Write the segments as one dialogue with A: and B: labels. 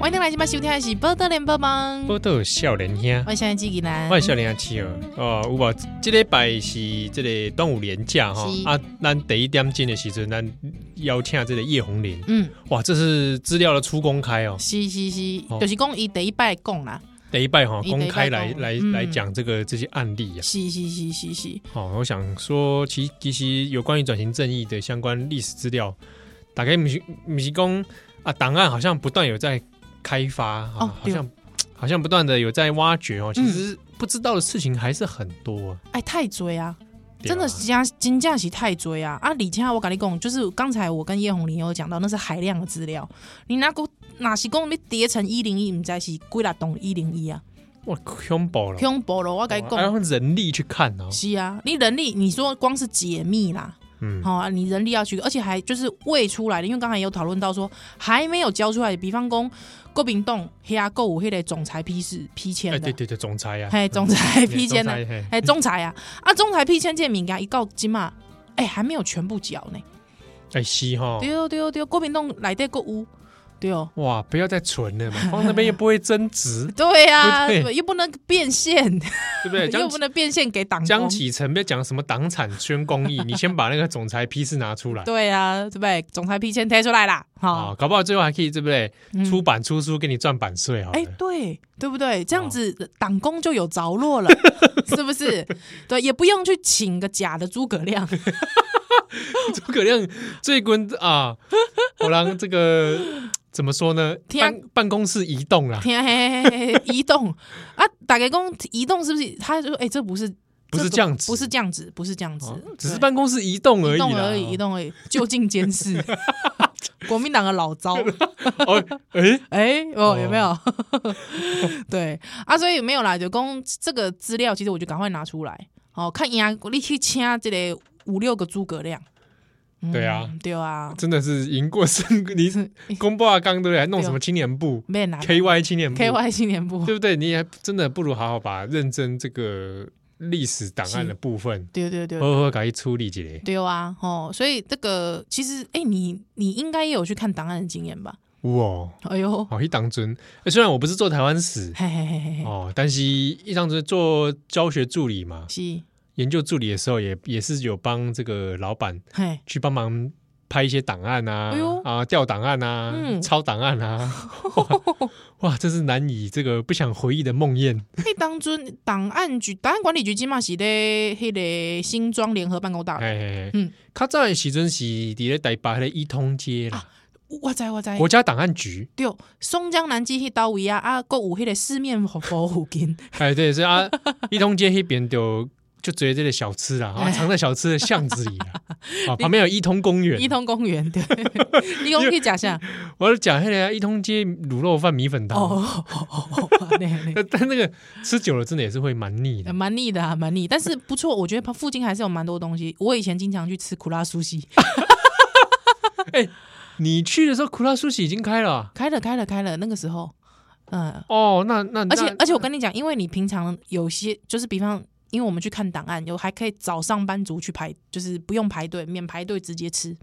A: 欢迎大家来今晚收听的是《波多连帮忙》，
B: 报道少年兄，
A: 我现在自己来，
B: 我是少年兄七儿哦，有无？即礼拜是即个端午连假吼
A: 是
B: 啊，咱第一点进的时阵，咱邀请即个叶红林，
A: 嗯，
B: 哇，这是资料的初公开哦，
A: 是是是，
B: 哦
A: 就是讲伊第一摆讲啦，
B: 第一拜吼
A: 哎伊第一
B: 公
A: 摆
B: 开来
A: 讲
B: 来
A: 嗯
B: 来讲这个这些案例啊。
A: 是是是是是，
B: 哦，我想说，其其实有关于转型正义的相关历史资料，大概米米工啊，档案好像不断有在开发啊，
A: 哦
B: 好
A: 对嗯
B: 像好像不断的有在挖掘哦。其实不知道的事情还是很多、啊，
A: 哎，太追啊，
B: 对啊
A: 真的是真真正是太追啊！啊，李佳，我跟你讲，就是刚才我跟叶红林有讲到，那是海量的资料，你那个哪是讲要叠成一零一，唔知道是几啦栋一零一啊，
B: 哇，恐怖了，
A: 恐怖了，我跟你
B: 还
A: 讲。
B: 用人力去看哦，
A: 是啊，你人力，你说光是解密啦，
B: 嗯，
A: 好、啊，你人力要去，而且还就是未出来的，因为刚才也有讨论到说还没有交出来的，比方讲郭炳栋黑啊购物黑的总裁批示批签
B: 哎，
A: 的，
B: 对对对，总裁啊，
A: 嘿总裁批签的，
B: 哎总裁嘿
A: 哎仲裁啊啊仲裁批签这敏感一告金嘛，哎还没有全部缴呢，
B: 哎西哈，
A: 对哦对哦对哦，郭炳栋来的购物，对哦。
B: 哇，不要再存了嘛，放那边又不会增值，
A: 对呀、
B: 对不
A: 又不能变现，
B: 对不对？
A: 又
B: 江
A: 不能变现给党
B: 江
A: 工
B: 启程别讲什么党产圈 公益，你先把那个总裁批示拿出来。
A: 对啊，对不对？总裁批签贴出来啦，
B: 啊、
A: 好、
B: 搞不好最后还可以对不对？
A: 嗯
B: 出版出书给你赚版税哦好了。 哦
A: 哎、对对不对？这样子党工就有着落 了，是不是？对，也不用去请个假的诸葛 亮，
B: 诸葛亮最滚 啊，我让这个怎么说呢？
A: 天啊
B: 办办公室移动啦，
A: 天嘿嘿嘿嘿移动啊，打给工移动是不是？他就说，哎、这不是，
B: 不是
A: 这
B: 这样子
A: 不是这样子，不是这样子
B: 哦，只是
A: 对
B: 办公室移动而
A: 移
B: 已啦
A: 动而已，移。动而已，就近监 视，国民党的老招。
B: 哦，哎、
A: 哎、哦，
B: 哦
A: 有没有？ 对啊，所以没有啦，就供这个资料，其实我就赶快拿出来，哦，看呀，你去请这个五六个诸葛亮。嗯
B: 对啊，
A: 对啊，
B: 真的是赢过胜，你 公布啊，刚对不对？还弄什么青年部
A: 没拿
B: KY 青年部
A: K Y 青年 部，
B: 对不对？你也真的不如好好把认真这个历史档案的部分，
A: 对对对
B: 好好给它处理起来。
A: 对啊，哦，所以这个其实，哎、你你应该也有去看档案的经验吧？
B: 哇，
A: 哎呦，
B: 好一当真！哎虽然我不是做台湾史，
A: 嘿嘿嘿嘿嘿，
B: 哦，但是一上次做教学助理嘛，
A: 是，
B: 研究助理的时候也也是有帮这个老板
A: 嘿，
B: 去帮忙拍一些档案啊，
A: 哎呦
B: 啊调档案啊，
A: 嗯
B: 抄档案 啊，哇哇，真是难以这个不想回忆的梦魇。
A: 嘿，哎当尊档案局、档案管理局，起码是咧迄个新庄联合办公大楼。
B: 哎，
A: 嗯
B: 嗯，他在时阵是伫咧台北迄个一通街
A: 啊
B: 啦，
A: 我知我知，
B: 国家档案局，
A: 对，松江南基迄到位啊，啊，够有迄个四面佛佛附近，
B: 哎，对，是啊，一通街那边就就直接这个小吃啦，啊，
A: 哎
B: 藏在小吃的巷 子里啦，啊，旁边有一通公园
A: 伊，通公园对，伊讲去食啥？
B: 我就讲迄个一通街卤肉饭、米粉
A: 哦
B: 汤。
A: 哦哦哦哦，那那。
B: 但 但那个吃久了真的也是会蛮腻
A: 呃
B: 的。
A: 蛮腻的、啊，蛮腻，但是不错，我觉得附近还是有蛮多东西。我以前经常去吃苦拉苏西，
B: 你去的时候，苦拉苏西已经开了啊
A: 开了开了开了，那个时候，嗯，
B: 哦。那那
A: 而且
B: 那
A: 而且我跟你讲，因为你平常有些就是比方，因为我们去看档案，有还可以找上班族去排，就是不用排队，免排队直接吃。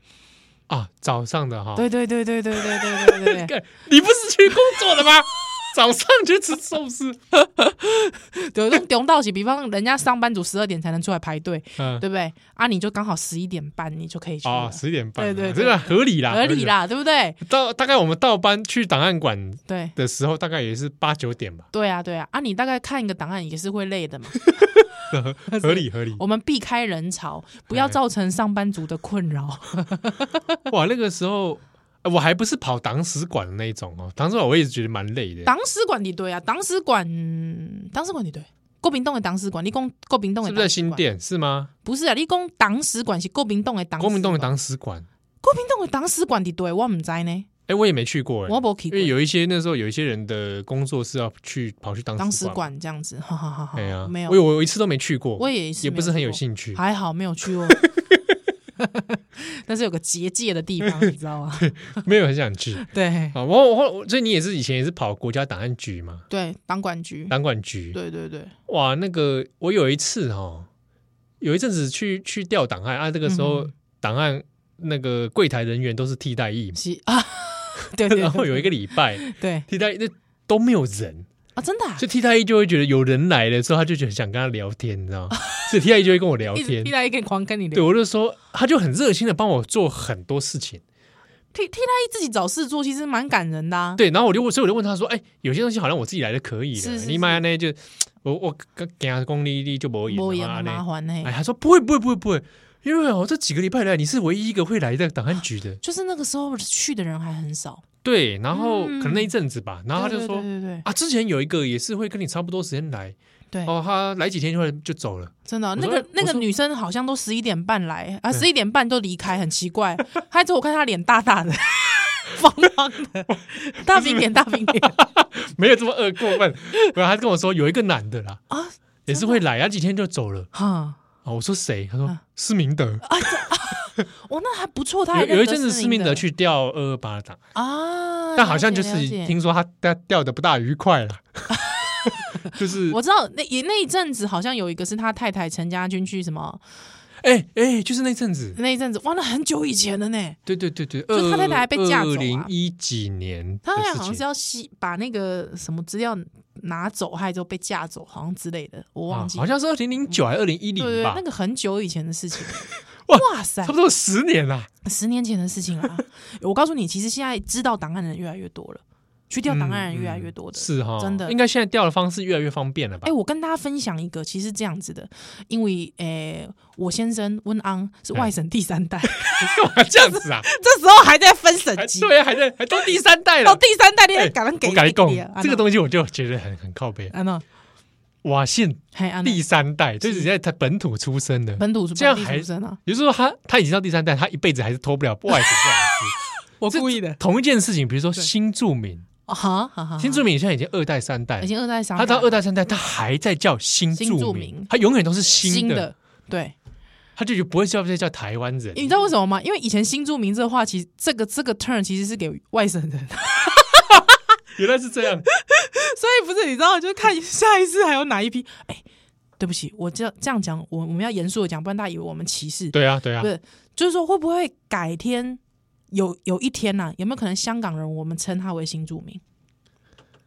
B: 啊，早上的哈，
A: 对对对对对对对对对对，
B: 干，你不是去工作的 吗？早上去吃寿司，
A: 有 那种丢到起，比方人家上班族十二点才能出来排队，
B: 嗯，
A: 对不对？啊，你就刚好十一点半，你就可以去
B: 哦啊
A: 了，，
B: 十点半了，
A: 对对对
B: 这个合理啦，
A: 合理。啦，对不对？
B: 到大概我们到班去档案馆
A: 对，
B: 的时候，大概也是八九 点吧，
A: 对啊，对啊，啊，你大概看一个档案也是会累的
B: 嗯
A: 嘛。
B: 合理合理。
A: 我们避开人潮，不
B: 嗯
A: 要造成上班族的困扰。
B: 哇，那个时候呃我还不是跑党史馆的那一种哦，党史馆我也觉得蛮累的，
A: 党史馆你对啊，党史馆，嗯党史馆你对。郭炳栋的党史馆，你讲郭炳栋的
B: 是不是在
A: 党史
B: 新
A: 馆？
B: 店是吗？
A: 不是啊，你讲党史馆是郭炳栋的党史馆。
B: 国民党的党史馆，
A: 郭炳栋的党史馆你对，我唔知道呢，
B: 哎，我也没去过，哎
A: 我冇去
B: 因
A: 过。
B: 为有一些那时候有一些人的工作是要去跑去当
A: 党
B: 史
A: 史，馆这样子，哈哈哈哈。
B: 哎呀，
A: 没有
B: 我，有我有一次都没去过，
A: 我也是
B: 也不是
A: 没
B: 很有
A: 去过
B: 兴趣，
A: 还好没有去过。但是有个结界的地方，你知道吗？
B: 没有很 想去
A: 对
B: 啊。我我我所以你也是以前也是跑国家档案局嘛，
A: 对，党管局，
B: 党管局，
A: 嗯对对对，
B: 哇，那个我有一次哦，有一阵子去去调档案啊，那个时候
A: 嗯
B: 档案那个柜台人员都是替代役嘛，
A: 是啊，对对
B: 然后有一个礼 拜
A: 对
B: 替代一那都没有人，
A: 啊，真的啊
B: 所以替代一就会觉得有人来的时候，他就觉得想跟他聊天，你知道吗？所以替代一就会跟我 聊
A: 一直
B: 天
A: 替。代一个狂跟你
B: 对，
A: 聊，
B: 我就说，他就很热心的帮我做很多事情。
A: 替替代一自己找事做，其实蛮感人的啊。
B: 对，然后我就问，所以我就问他说：“哎、有些东西好像我自己来就可以了，
A: 是是
B: 你
A: 是
B: 买那就我我给他功力力就没
A: 无
B: 赢
A: 用啊
B: 了
A: 麻
B: 呢。
A: 烦”
B: 哎，
A: 呢，
B: 他说：“不会，不会，不会，不会，因为哦我这几个礼拜来，你是唯一一个会来的档案局的。
A: 就是那个时候去的人还很少。
B: 对，然后
A: 嗯
B: 可能那一阵子吧，然后他就
A: 对
B: 说：“
A: 对对对
B: 啊，之前有一个也是会跟你差不多时间来，
A: 对，对
B: 哦，他来几天就会就走了。
A: 真的啊
B: 我
A: 那
B: 说
A: 个
B: 我
A: 那个
B: 说
A: 女生好像都十一点半来啊，
B: 对
A: 十一点半都离开，很奇怪。还之后我看她脸大大 的，方方的，大饼脸大饼脸
B: 没有这么恶过分。 然后他跟我说有一个男的啦，
A: 啊，
B: 也是会来，他几天就走了。
A: 哈。
B: 啊，我说谁？他说
A: 啊
B: 施明德。
A: 哦，那还不错，他还
B: 有
A: 认
B: 有一
A: 得
B: 阵子
A: 斯
B: 施明德
A: 德
B: 去调二二八档，
A: 啊，
B: 但好像
A: 了
B: 就
A: 解
B: 是，
A: 了解
B: 听说他他调的不大愉快了， 就是
A: 我知道那也那一阵子好像有一个是他太太陈家军去什么，
B: 哎哎，就是那阵子，
A: 那一阵子哇，那很久以前了呢。
B: 对对对对，
A: 就他太太还被架走啊
B: 二零一几年的
A: 他好像
B: 事
A: 好像是
B: 情。
A: 要吸把那个什么资料拿走，还之后被架走，好像之类的，我忘
B: 啊
A: 记。
B: 好像是二零零九还是二零一
A: 对
B: 零
A: 对对，
B: 吧，
A: 那个很久以前的事情。
B: 哇
A: 哇塞
B: 差不，多十年啊啦。
A: 十年前的事情 啦。我告诉你，其实现在知道档案的人越来越多了，去掉档案的人越来越多的。
B: 嗯是哈，
A: 真的
B: 应该现在调的方式越来越方便了吧
A: 哎、？我跟大家分享一个，其实这样子的，因为诶、我先生温安是
B: 哎
A: 外省第三 代，
B: 干嘛这样子啊？
A: 这时候还在分省
B: 还
A: 级，
B: 对啊，还在还都第三代
A: 到
B: 了。
A: 第三代你啊还
B: 哎
A: 敢不敢给
B: 我跟你
A: 给
B: 讲，这个东西我就觉得很很靠背。
A: 安诺，
B: 瓦县
A: 还安诺
B: 第三代就是在他本土出生的，
A: 啊本土
B: 这样
A: 本地
B: 还
A: 出生啊，
B: 也就是说他他已经到第三代，他一辈子还是脱不了外省这两个字。
A: 我
B: 这
A: 故意的
B: 同一件事情，比如说新住民，
A: 啊哈哈哈，
B: 新住民现在已经二代三代
A: 已，经二代三代
B: 他
A: 了，
B: 到二代三代，他还在叫新
A: 新
B: 住
A: 住
B: 民
A: 民，
B: 他永远都是新
A: 新
B: 的，
A: 的对。
B: 他就不会叫这叫台湾人
A: 你。知道为什么吗？因为以前新住民这话，其实这个这个 turn 其实是给外省人，
B: 原来是 这样，
A: 所哎以不是你知道，就是看下一次还有哪一批。哎、对不起，我这这样讲，我我们要严肃的讲，不然大家以为我们歧视。
B: 对啊，对啊
A: 不，是，就是说会不会改天有有一天呐、有没有可能香港人我们称他为新住民？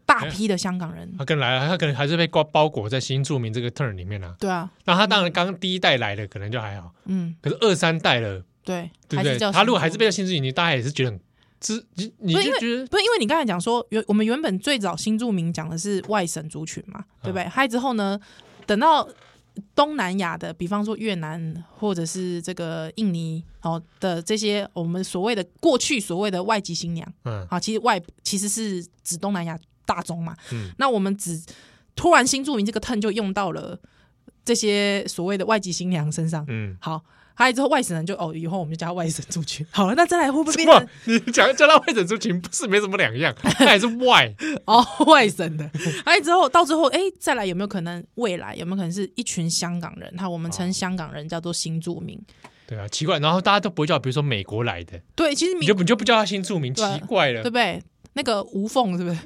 A: 大
B: 哎
A: 批的香港人，
B: 他跟来了，他可能还是被包包裹在新住民这个 turn 里面啊。
A: 对啊，
B: 那他当然刚第一代来的可能就还好，
A: 嗯，
B: 可是二三代了，
A: 对，
B: 对不
A: 还是
B: 对？
A: 叫
B: 他如果还
A: 新
B: 是
A: 住民
B: 被叫新住民，你大家也是觉得很，只你你
A: 不是因
B: 就
A: 为
B: 觉得
A: 不是因为你刚才讲说原我们原本最早新住民讲的是外省族群嘛，
B: 嗯
A: 对不对？还、之后呢，等到东南亚的，比方说越南或者是这个印尼哦的这些我们所谓的过去所谓的外籍新娘。啊
B: 嗯
A: 好，其实外其实是指东南亚大宗嘛。
B: 嗯
A: 那我们只突然新住民这个 turn 就用到了这些所谓的外籍新娘身上。
B: 嗯，
A: 好，还有之后外省人就哦，以后我们就叫外省族群。好了，那再来会不会变
B: 哇
A: 成，
B: 你讲叫他外省族群不是没什么两样，他还是外，
A: 哦 外省的？还有之后到最后，哎，再来有没有可能未来有没有可能是一群香港人？他我们称香港人叫做新住民。
B: 对啊，奇怪，然后大家都不会叫，比如说美国来的，
A: 对，其实
B: 你
A: 民
B: 就你就不叫他新住民，奇
A: 对啊
B: 怪了
A: 对不，对？那个无缝是不 是？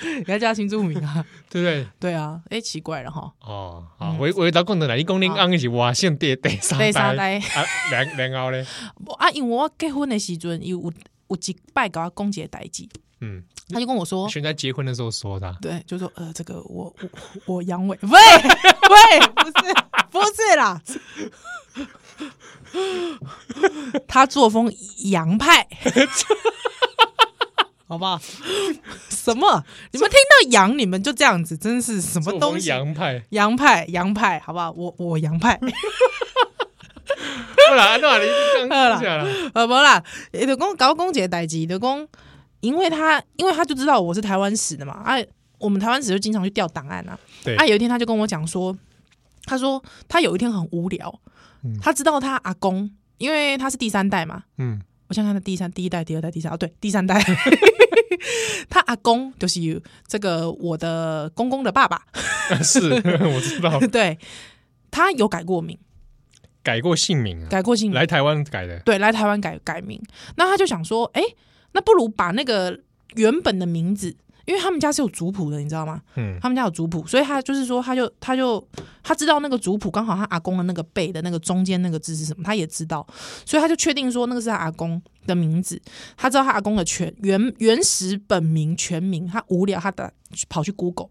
A: 你要叫他新住民啊？
B: 对不对？
A: 对啊，哎，奇怪了哈。
B: 哦，好，
A: 嗯
B: 回回到共同来，你讲恁翁是外省第第三
A: 第三
B: 代
A: 代
B: 啊，然然后咧，
A: 我啊，因为我结婚的时阵，伊有有一摆甲我讲一个代志，
B: 嗯，
A: 他就跟我说，
B: 现在结婚的时候说的啊，
A: 对，就说呃，这个我我我阳痿，喂喂，不是不是啦，他作风洋派，好不好？什么？你们听到洋，你们就这样子，真是什么
B: 作
A: 东
B: 风
A: 西？
B: 洋 派，
A: 洋派，洋派，好不好？我我洋派。
B: 好啦，那你刚讲了，
A: 呃，无啦，伊就讲搞讲一个代志，就讲，因为他因为他就知道我是台湾史的嘛，啊，我们台湾史就经常去调档案啊，
B: 对
A: 啊，有一天他就跟我讲说，他说他有一天很无聊，
B: 嗯
A: 他知道他阿公，因为他是第三代嘛，
B: 嗯，
A: 我想看他第三、第一代、第二代、第三哦，对，第三代，他阿公就是这个我的公公的爸爸，
B: 是 我知道，
A: 对他有改过名，
B: 改过姓名啊，
A: 改过姓名。
B: 来台湾改的，
A: 对，来台湾改改名。那他就想说，哎，那不如把那个原本的名字，因为他们家是有族谱的，你知道吗？
B: 嗯，
A: 他们家有族谱，所以他就是说，他就他就他知道那个族谱，刚好他阿公的那个背的那个中间那个字是什么，他也知道，所以他就确定说那个是他阿公的名字，他知道他阿公的全原原始本名全名，他无聊，他打跑去 Google，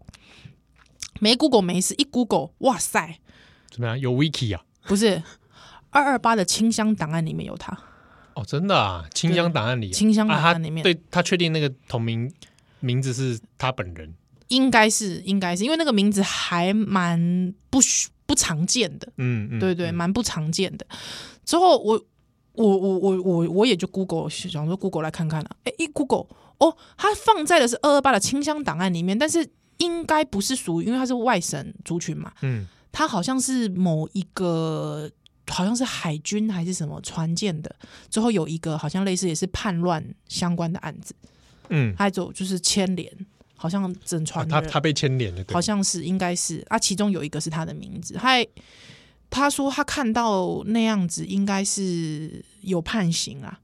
A: 没 Google 没事，一 Google，哇塞，
B: 怎么样？有 wiki 啊？
A: 不是二二八的清香档案里面有他，
B: 哦，真的啊，清江档案里啊，
A: 清香档
B: 啊，
A: 案里面、
B: 他对他确定那个同名名字是他本人，
A: 应该是应该是因为那个名字还蛮不许不常见的。
B: 嗯嗯，
A: 对对，
B: 嗯，
A: 蛮不常见的。之后我我我我我我也就 Google 想说 Google 来看看了、哎，一 Google 哦，它放在的是二二八的清香档案里面，但是应该不是属于，因为它是外省族群嘛，
B: 嗯
A: 它好像是某一个。好像是海军还是什么船舰的，之后有一个好像类似也是叛乱相关的案子，
B: 嗯，
A: 还有就是牵连，好像整
B: 啊
A: 船的
B: 他
A: 人、
B: 他被牵连了，对
A: 好，像是，应该是啊。其中有一个是他的名字，他还他说他看到那样子，应该是有判刑啊，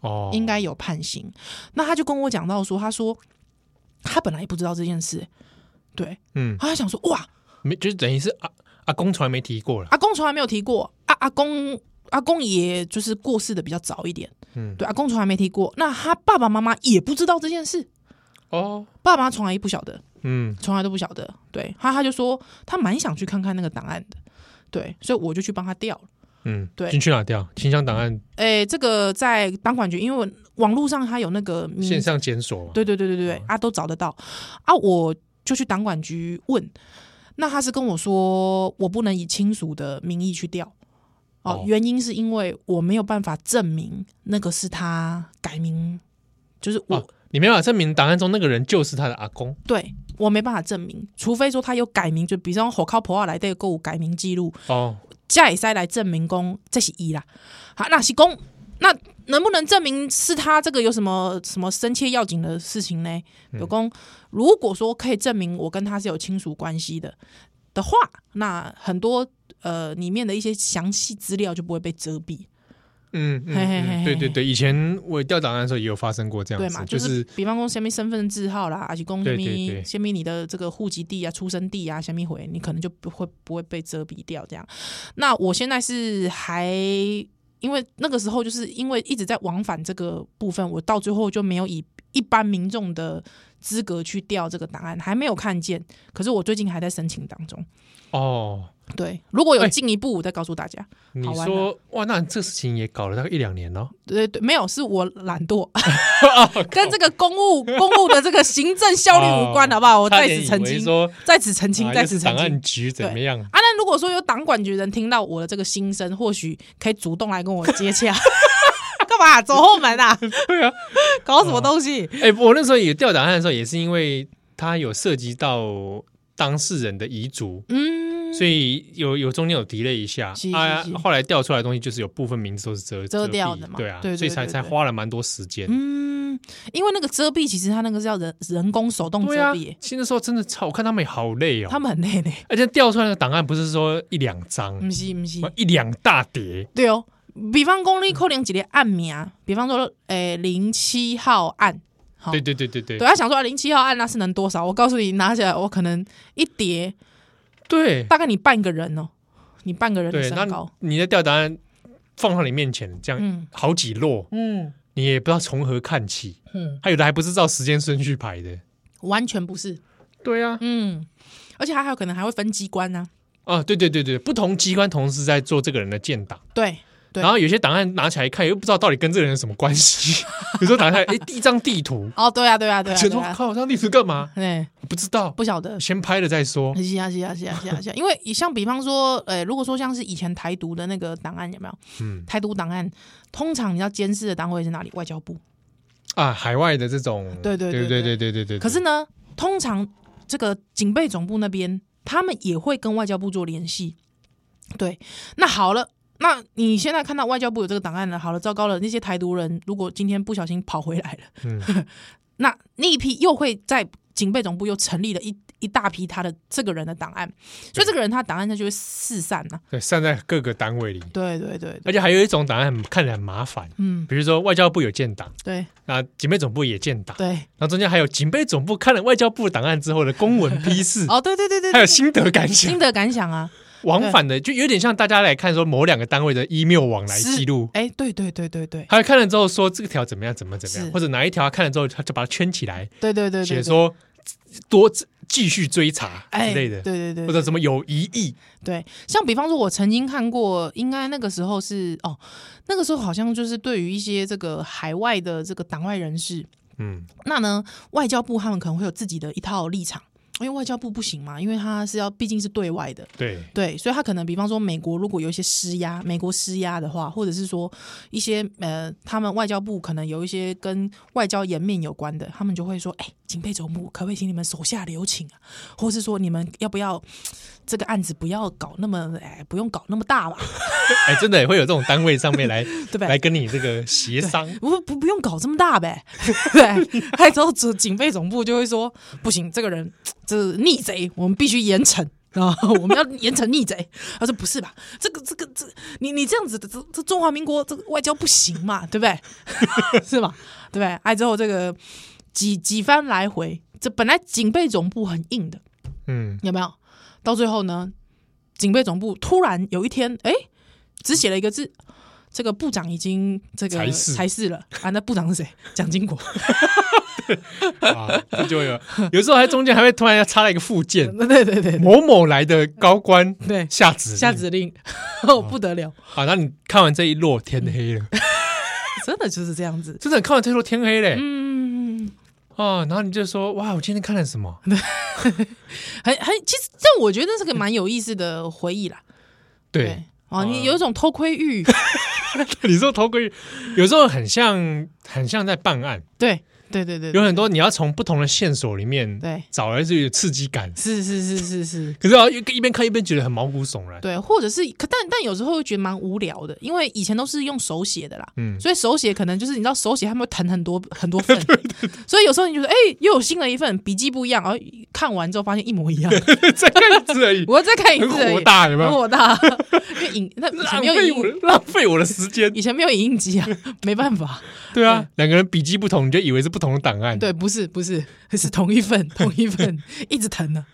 B: 哦，
A: 应该有判刑。那他就跟我讲到说，他说他本来也不知道这件事，对，
B: 嗯，
A: 他还想说哇，
B: 没就是等于是阿阿公从来没提过了，
A: 阿公从来没有提过，啊，阿公阿公也就是过世的比较早一点，
B: 嗯
A: 对，阿公从来没提过。那他爸爸妈妈也不知道这件事，
B: 哦，
A: 爸妈从来也不晓得。
B: 嗯
A: 从来都不晓得。对，他他就说他蛮想去看看那个档案的，对，所以我就去帮他调了。
B: 嗯，
A: 对
B: 进去哪掉？清江档案
A: 诶，这个在当管局，因为网络上他有那个名
B: 线上检索嘛，
A: 嗯对对对对对对啊，都找得到啊，我就去党管局问，那他是跟我说我不能以亲属的名义去调。哦
B: 哦，
A: 原因是因为我没有办法证明那个是他改名，就是我、
B: 哦，你没办法证明档案中那个人就是他的阿公，
A: 对我没办法证明，除非说他有改名，就比如说火靠婆啊来的购物改名记录，
B: 哦，
A: 才会使来证明讲这是伊啦。好，那是公，那能不能证明是他这个有什么什么深切要紧的事情呢？有公，如果说可以证明我跟他是有亲属关系的的话，那很多呃里面的一些详细资料就不会被遮蔽，
B: 嗯，嗯
A: 嘿嘿嘿
B: 嗯对对对，以前我调档案的时候也有发生过这样
A: 对
B: 子，
A: 嘛？
B: 就
A: 就是
B: 是
A: 比方说，下面身份证号啦，还是公
B: 对
A: 什
B: 对对
A: 么下面你的这个户籍地啊、出生地啊，下面回你可能就不会不会被遮蔽掉这样。那我现在是还因为那个时候就是因为一直在往返这个部分，我到最后就没有以一般民众的资格去调这个档案，还没有看见。可是我最近还在申请当中。
B: 哦，
A: 对，如果有
B: 哎
A: 进一步，我再告诉大家。
B: 你
A: 好玩啊
B: 说哇，那这事情也搞了大概一两 年哦，
A: 对对，没有，是我懒 惰，跟这个公务公务的这个行政效率无关，
B: 哦
A: 好不好？我
B: 差
A: 在
B: 点
A: 此
B: 以
A: 澄
B: 为
A: 清，
B: 说
A: 在此澄清，
B: 啊
A: 在
B: 又
A: 此
B: 是
A: 澄
B: 档
A: 清
B: 案。局怎么样？
A: 啊，那如果说有党管局人听到我的这个心声，或许可以主动来跟我接洽。 干嘛走后门啊？
B: 对啊，
A: 搞什么东西？
B: 哎，我那时候也调档案的时候，也是因为它有涉及到当事人的遗嘱，
A: 嗯，
B: 所以有有中间有提了一下
A: 是是
B: 啊
A: 是，
B: 后来调出来的东西就是有部分名字都是遮
A: 遮掉
B: 蔽
A: 的嘛
B: 对啊，
A: 对对
B: 所以才
A: 对对
B: 才花了蛮多时间。
A: 嗯，因为那个遮蔽，其实它那个是要人人工手动
B: 对
A: 遮
B: 啊
A: 蔽耶，，
B: 其实那时候真的超，我看他们也好累哦，
A: 他们很累呢。
B: 而且调出来的档案不是说一两张，哦
A: 不是不是，
B: 一两大叠，
A: 对哦。比方公你扣零几列案名，啊比方说诶零七号案，好
B: 对对对对对
A: 对啊他想说零七号案那是能多少？我告诉你，拿起来我可能一叠，
B: 对
A: 大概你半个人哦，你半个人的
B: 对，
A: 身
B: 那
A: 高。
B: 你的调档案放到你面前，这样
A: 嗯
B: 好几摞，
A: 嗯
B: 你也不知道从何看起，
A: 嗯，
B: 还有的还不是照时间顺序排的，
A: 完全不是。
B: 对啊，
A: 嗯，而且还有可能还会分机关呢、
B: 啊对对对对，不同机关同时在做这个人的建档。
A: 对，对
B: 然后有些档案拿起来看，又不知道到底跟这个人有什么关系。 有时候打开，哎，第一张地图，
A: 哦，对啊，对啊，对啊，
B: 想
A: 对
B: 说
A: 啊，
B: 靠，这张地图干嘛？
A: 对，
B: 不知道，
A: 不晓得。
B: 先拍了再说。
A: 是啊，是啊，是啊，是啊， 是啊，因为像比方说，呃，如果说像是以前台独的那个档案有没有？
B: 嗯
A: 台独档案通常你要监视的单位是哪里？外交部。
B: 啊，海外的这种，
A: 对对
B: 对
A: 对
B: 对
A: 对
B: 对对对对。
A: 可是呢，通常这个警备总部那边，他们也会跟外交部做联系。对，那好了，那你现在看到外交部有这个档案了，好了，糟糕了，那些 台独人如果今天不小心跑回来了，
B: 嗯
A: 那那一批又会再警备总部又成立了一一大批他的这个人的档案，所以这个人他档案他就会四散啊呐、
B: 对，散在各个单位里，
A: 对对对对，
B: 而且还有一种档案很看起来很麻烦，
A: 嗯，
B: 比如说外交部有建档，
A: 对
B: 那警备总部也建档，
A: 对，
B: 然后中间还有警备总部看了外交部档案之后的公文批示，
A: 哦对对对对，
B: 嗯还有
A: 对
B: 心得感
A: 心
B: 想，
A: 得感想啊，
B: 往返的就有点像大家来看说某两个单位的 email 往来
A: 是
B: 记录。
A: 哎，对对对对对
B: 他看了之后说这个条怎么样怎么样怎么样，
A: 是
B: 或者哪一条他看了之后他就把它圈起来，
A: 对对对，
B: 写
A: 对
B: 说多继续追查
A: 哎
B: 之类的，
A: 对对对
B: 或者什么有疑义，
A: 对，像比方说，我曾经看过，应该那个时候是哦，那个时候好像就是对于一些这个海外的这个党外人士，
B: 嗯，
A: 那呢，外交部他们可能会有自己的一套立场，因为外交部不行嘛，因为他是要毕竟是对外的，
B: 对，
A: 对，所以他可能比方说美国如果有一些施压，美国施压的话，或者是说一些呃，他们外交部可能有一些跟外交颜面有关的，他们就会说，哎、警备总部可不可以请你们手下留情啊？或是说你们要不要这个案子不要搞那么哎、不用搞那么大吧，
B: 哎，真的也会有这种单位上面来
A: 对不
B: 来
A: 对？
B: 跟你这个协商，
A: 不不不用搞这么大呗， 对。还之后警警备总部就会说，不行，这个人这是逆贼，我们必须严惩。 然后我们要严惩逆贼，他说不是吧？这个这个这，你你这样子的，这这中华民国这个外交不行嘛，对不 对？是吧？对不对？哎，之后这个几几番来回，这本来警备总部很硬的，
B: 嗯，
A: 有没有？到最后呢，警备总部突然有一天，哎，只写了一个字，这个部长已经这个
B: 裁示
A: 了啊。那部长是谁？蒋经国。
B: 啊，这就有有时候还中间还会突然要插了一个附件，
A: 对对对对
B: 某某来的高官
A: 对，
B: 下指令
A: 下指令，哦不得了，
B: 啊，那你看完这一落天黑
A: 嗯
B: 了，
A: 真的就是这样子。
B: 真的看完这一落天黑嘞
A: 嗯，
B: 啊，然后你就说哇，我今天看了什么？
A: 很很，其实这我觉得是个蛮有意思的回忆啦。
B: 对，
A: 哦，你有一种偷窥 欲，
B: 你说头盔有时候很像，很像在办案，
A: 对对对对
B: 有
A: 对
B: 很多你要从不同的线索里面
A: 对，
B: 找来自己的刺激感，
A: 是是是是是。
B: 可是啊要一一边看一边觉得很毛骨悚然。
A: 对，或者是可但但有时候会觉得蛮无聊的，因为以前都是用手写的啦，
B: 嗯
A: 所以手写可能就是你知道手写他们会腾很多很多份，所以有时候你就说哎、又有新的一份笔记不一样，然后看完之后发现一模 一样，
B: 再看一次 而已，
A: 我再看一次
B: 很
A: 而已，
B: 火大，有没
A: 很
B: 有？
A: 火大， 因为影 那以前
B: 浪
A: 没有
B: 费
A: 影
B: 我
A: 印，
B: 的浪费我的 时间。
A: 以前没有影印机啊，没办法，
B: 对啊，两个人笔记不同，你就以为是不同的档案。
A: 对，不是不是是同一 份同一份，一直疼呢、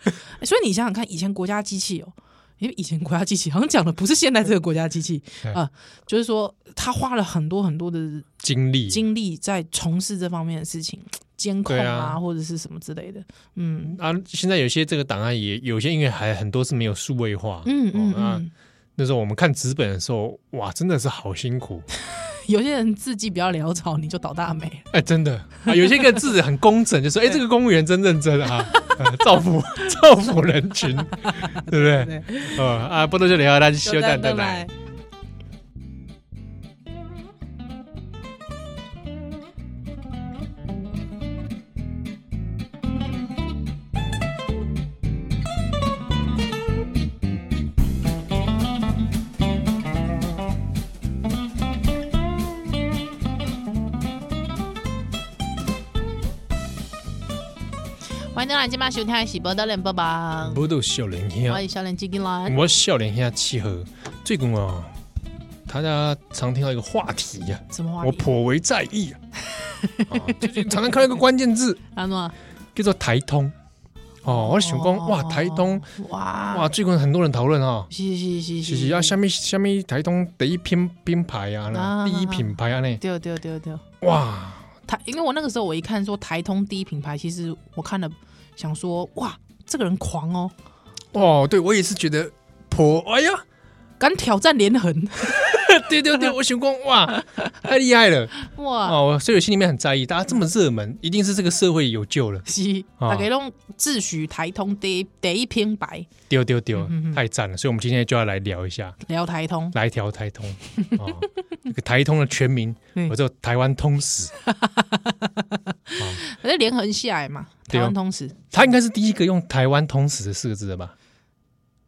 A: 所以你想想看，以前国家机器哦。因为以前国家机器好像讲的不是现在这个国家机器
B: 嗯
A: 啊、就是说他花了很多很多的
B: 经历
A: 精力在从事这方面的事情，监控
B: 对
A: 啊
B: 啊
A: 或者是什么之类的。嗯
B: 啊，现在有些这个档案也有些，因为还很多是没有数位化。
A: 嗯嗯
B: 哦那
A: 嗯，
B: 那时候我们看纸本的时候，哇，真的是好辛苦，
A: 有些人字迹比较潦草，你就倒大霉了。
B: 哎，真的啊，有些个字很工整，就说哎，这个公务员真认真 啊，啊造福造福人 群，对不对？呃啊，不多就聊，大家休蛋蛋来。
A: 欢迎大家今晚收听的是《波多连播吧》，
B: 不都笑脸兄
A: 我，是小脸基金兰。
B: 我笑脸兄契合。最近哦，大家常听到一个话题呀、
A: 什么话
B: 我
A: 题？
B: 颇为在意啊。 啊最近常常看到一个关键字
A: 安诺，
B: 叫做台通。哦，我想讲哇，台通
A: 哇
B: 哇，，最近很多人讨论哦。
A: 是是是
B: 是是啊，下面下面台东第一品品牌啊，
A: 啊
B: 那第一品牌啊，呢，
A: 对对对对，
B: 哇，
A: 台，因为我那个时候我一看说台通第一品牌，其实我看了想说哇，这个人狂哦，
B: 哦，对我也是觉得颇，哎呀，
A: 敢挑战连横，
B: 对对 对，我想讲哇，太厉害了
A: 哇，
B: 哦，所以我心里面很在意，大家这么热门，一定是这个社会有救了，
A: 是
B: 啊
A: 大家拢自诩台通第一第一品牌，
B: 丢丢丢
A: 嗯哼，哼
B: 太赞了，所以我们今天就要来聊一下，
A: 聊台通，
B: 来一条台通 哦，这个台通的全名
A: 嗯，
B: 我叫台湾通史，
A: 可是连横下来嘛，台
B: 对哦
A: 湾通史，
B: 他应该是第一个用台湾通史这四个字的吧？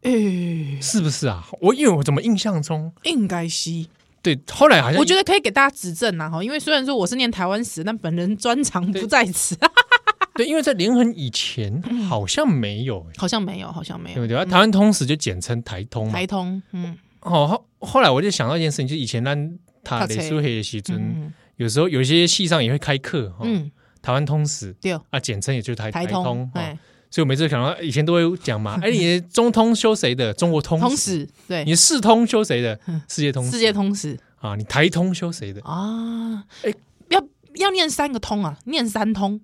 A: 诶，
B: 是不是啊？我因为我怎么印象中，
A: 应该是。
B: 对，后来好像
A: 我啊觉得可以给大家指正啦哈，因为虽然说我是念台湾史，但本人专长不在此。啊
B: 对，因为在联横以前
A: 嗯
B: 好像没有、欸
A: 好像没有，好像没有
B: 对不对？啊台湾通史就简称台通嘛
A: 台。通，嗯，
B: 哦，后后来我就想到一件事情，就是以前咱塔
A: 塔
B: 雷
A: 册
B: 苏黑的时阵，
A: 嗯
B: 有时候有些系上也会开课，哦、
A: 嗯，
B: 台湾通史
A: 对，哦
B: 啊，简称也就是台
A: 台
B: 通
A: 通，，
B: 哦
A: 哎，
B: 所以我每次想到以前都会 讲嘛，哎，你的中通修谁的？中国通
A: 通
B: 史。
A: 史，对
B: 你，的四通修谁的
A: 嗯？
B: 世界通史
A: 世界通史？
B: 啊，你台通修谁的
A: 啊，
B: 哎
A: 要要念三个通啊，念三通，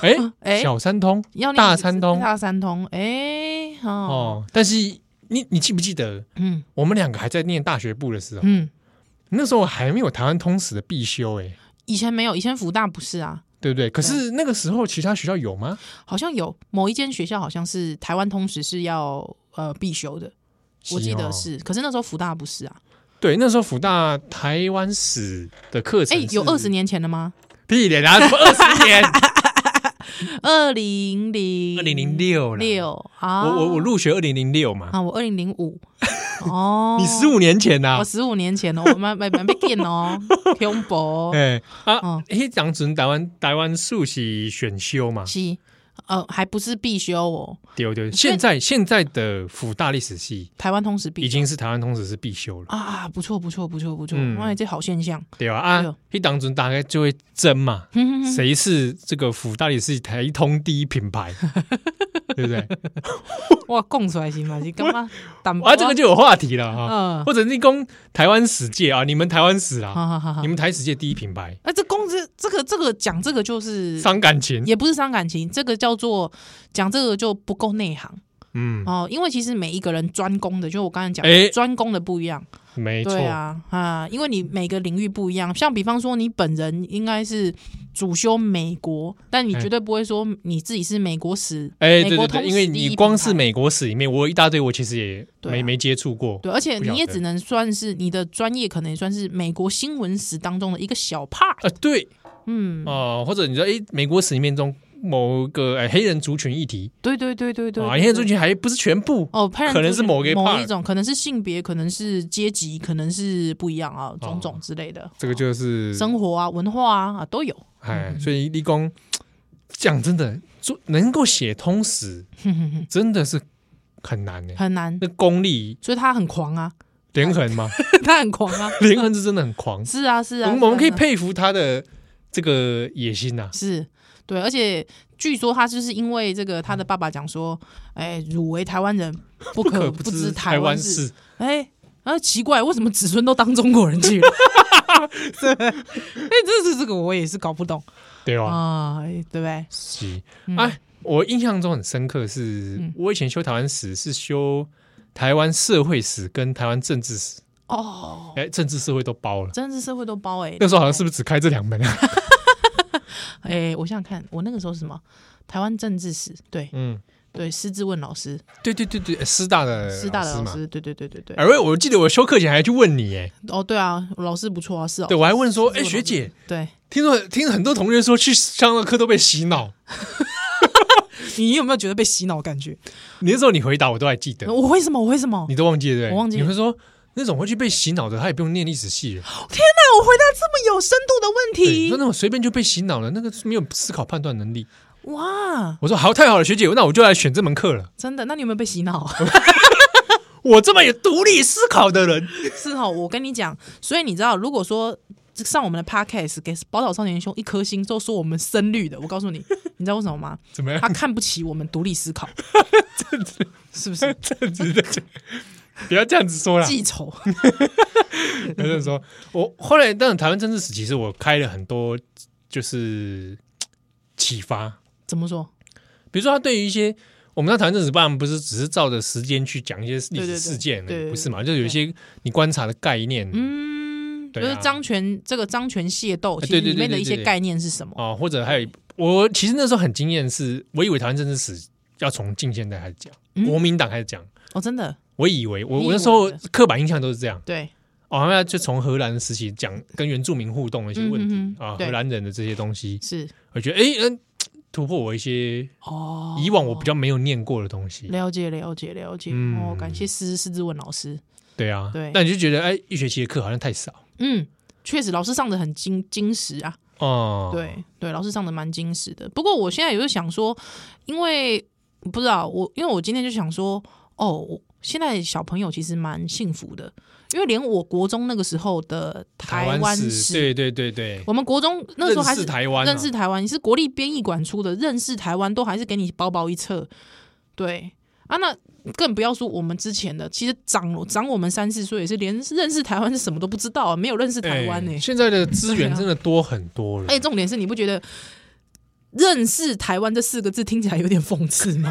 B: 哎、
A: 哎
B: 小三通
A: 要念
B: 大三通
A: 大三通，哎，哦，
B: 哦。但是你你记不记得，
A: 嗯
B: 我们两个还在念大学部的时候，
A: 嗯，
B: 那时候还没有台湾通史的必修、哎，
A: 以前没有，以前福大不是啊，
B: 对不对？可是那个时候其他学校有吗？
A: 好像有某一间学校好像是台湾通史是要呃必修的，我记
B: 哦
A: 得。是，可是那时候福大不是啊，
B: 对，那时候福大台湾史的课程
A: 哎
B: 是，，
A: 有二十年前的吗？
B: 屁脸啊，什么 二十年？
A: 二零零
B: 二零零六了。
A: 六啊，
B: 我我我入学二零零六嘛，
A: 啊，我二零零 五哦，
B: 你十五年前呐、
A: 我十五年前 哦，我蛮蛮蛮被电哦，恐怖
B: 哎、啊
A: 嗯，
B: 迄当阵台湾台湾数是选修嘛，
A: 是呃，还不是必修哦，
B: 对对，现在现在的辅大历史系
A: 台湾通史必
B: 已
A: 修
B: 经是台湾通史是必修了，
A: 啊，不错不错不错不错
B: 嗯，
A: 哇，这好现象，
B: 对吧？
A: 对
B: 啊
A: 哦，
B: 一当中大概就会 争嘛，
A: 哼哼哼
B: 谁是这个辅大历史系台通第一品牌，对不 对？
A: 哇，供出来行吗？是干 嘛？淡薄
B: 啊，这个就有话题了哈。
A: 嗯，
B: 或者是攻台湾史界啊，你们台湾史啊，
A: 好好好好哎
B: 你，们台史界第一品牌，
A: 那这工资这个这个讲这个就是。
B: 伤感情，
A: 也不是伤感情，这个叫做讲这个就不够内行
B: 嗯，
A: 哦，因为其实每一个人专攻的，就我刚才讲
B: 哎
A: 的，专攻的不一样。
B: 没错
A: 对，啊，啊，因为你每个领域不一样，像比方说你本人应该是主修美国，但你
B: 哎
A: 绝对不会说你自己是美国史，
B: 哎，对
A: 美
B: 对
A: 国
B: 对，
A: 通
B: 因为
A: 史第一
B: 你
A: 品
B: 光是
A: 牌
B: 美国史里面，我有一大堆我其实也
A: 对啊
B: 没没接触过，
A: 对，而且
B: 不晓
A: 你也
B: 得
A: 只能算是你的专业，可能也算是美国新闻史当中的一个小 part。
B: 啊，对，
A: 嗯，
B: 哦，或者你说，哎，美国史里面中某个哎黑人族群议题
A: 对对对对对，
B: 啊，
A: 对
B: 黑人族
A: 对
B: 群还不是全部
A: 哦，派人
B: 可能
A: 族
B: 是
A: 群
B: 某个
A: 某
B: part
A: 一种，可能是性别，可能是阶级，可能是不一样啊，种种之类的。
B: 这个就是
A: 生活啊、文化啊啊都有。
B: 哎，所以立功讲真的，做能够写通史
A: 哼哼哼
B: 真的是很难呢。
A: 很难，
B: 那功力
A: 所以他很狂啊，
B: 连横吗？
A: 他很狂啊，
B: 连横是真的很狂，
A: 是啊是
B: 嗯我
A: 啊，
B: 们我们可以
A: 配。
B: 佩服他的这个野心啊呐。
A: 是对，而且据说他就是因为这个，他的爸爸讲说，哎，汝为台湾人，不可
B: 不
A: 不
B: 知
A: 知
B: 台
A: 台
B: 湾
A: 湾
B: 事
A: 事。，哎，啊，奇怪，为什么子孙都当中国人去了？ 对，哎，这是这个我也是搞不懂
B: 对吧？
A: 啊，哎对不对？
B: 是
A: 嗯
B: 哎，我印象中很深刻是，
A: 嗯
B: 我以前修台湾史是修台湾社会史跟台湾政治史，
A: 哦，
B: 哎，政治社会都包了。
A: 真是社会都包哎
B: 那时候好像是不是只开这两门啊？
A: 哎，我想想看，我那个时候是什么？台湾政治史，对
B: 嗯，
A: 对，施志问老师，
B: 对对对对，师大的
A: 师大的
B: 呃老
A: 老
B: 嘛。
A: 师，对对对对对
B: 哎，，喂我记得我修课前还去问你，哎，
A: 哦，对啊，老师不错啊，是哦
B: 对，我还问说，
A: 是
B: 哎，
A: 我
B: 学姐，
A: 对，
B: 听说听很多同学说去上了课都被洗脑，
A: 你有没有觉得被洗脑感觉？
B: 你那时候你回答我都还记得，
A: 我为什么？我为什么？
B: 你都忘记了对不对？
A: 我忘记了
B: 你会说那种会去被洗脑的，他也不用念历史系了，
A: 天哪！我回答这么有深度的问
B: 对，你说
A: 题，
B: 那种随便就被洗脑了，那个是没有思考判断能力。
A: 哇，
B: 我说好，太好了，学姐，那我就来选这门课了。
A: 真的？那你有没有被洗 脑？
B: 我这么有独立思考的人，
A: 是哦，我跟你讲，所以你知道，如果说上我们的 podcast 给宝岛少年兄一颗星，就说我们深绿的，我告诉 你，你知道为什么吗？
B: 怎么样
A: 他？看不起我们独立思考，是不 是？
B: 这样子的，不要这样子说啦。
A: 记仇，
B: 不要这样说。我后来当然台湾政治史，其实我开了很多，就是启发，
A: 怎么
B: 啊
A: 说？
B: 比如说他对于一些。我们那台湾政史办不是只是照着时间去讲一些历
A: 对
B: 史
A: 对
B: 事件，
A: 对对对
B: 不是嘛？就有一些你观察的概念啊、
A: 嗯，就
B: 对啊
A: 是张权这个张权械斗，
B: 哎
A: 其
B: 对
A: 实
B: 对对
A: 里面的一
B: 对对
A: 些
B: 对
A: 概念是什么？
B: 哦或者还有一我其实那时候很惊艳，是我以为台湾政治史要从近现代开始讲，
A: 嗯
B: 国民党开始讲，
A: 哦，真的，
B: 我以为我
A: 你以
B: 我那
A: 为
B: 时候
A: 的
B: 刻板印象都是这样，
A: 对，
B: 哦，那就从荷兰时期讲跟原住民互动的一些问题、
A: 嗯哼哼
B: 啊，
A: 对
B: 荷兰人的这些东西，
A: 是
B: 我觉得哎嗯、突破我一些
A: 哦。
B: 以往我比较没有念过的东西，
A: 了解，了解，了解。
B: 嗯
A: 哦，感谢施施志文老师。
B: 对啊，
A: 对
B: 但你就觉得哎、一学期的课好像太少
A: 嗯，确实，老师上的很精精实啊。
B: 哦，，
A: 对对，老师上的蛮精实的。不过我现在也是想说，因为不知道我，因为我今天就想说，哦，我现在小朋友其实蛮幸福的，因为连我国中那个时候的台湾
B: 史，
A: 史，
B: 对对对对，
A: 我们国中那时候还
B: 认识
A: 是
B: 台湾啊，
A: 认识台湾，你是国立编译馆出的，认识台湾都还是给你薄薄一册，对啊，那更不要说我们之前的，其实长长我们三四岁也是连认识台湾是什么都不知道、啊，没有认识台湾呢、
B: 哎现在的资
A: 对
B: 源
A: 啊
B: 真的多很多了。
A: 而且重点是你不觉得“认识台湾”这四个字听起来有点讽刺 吗？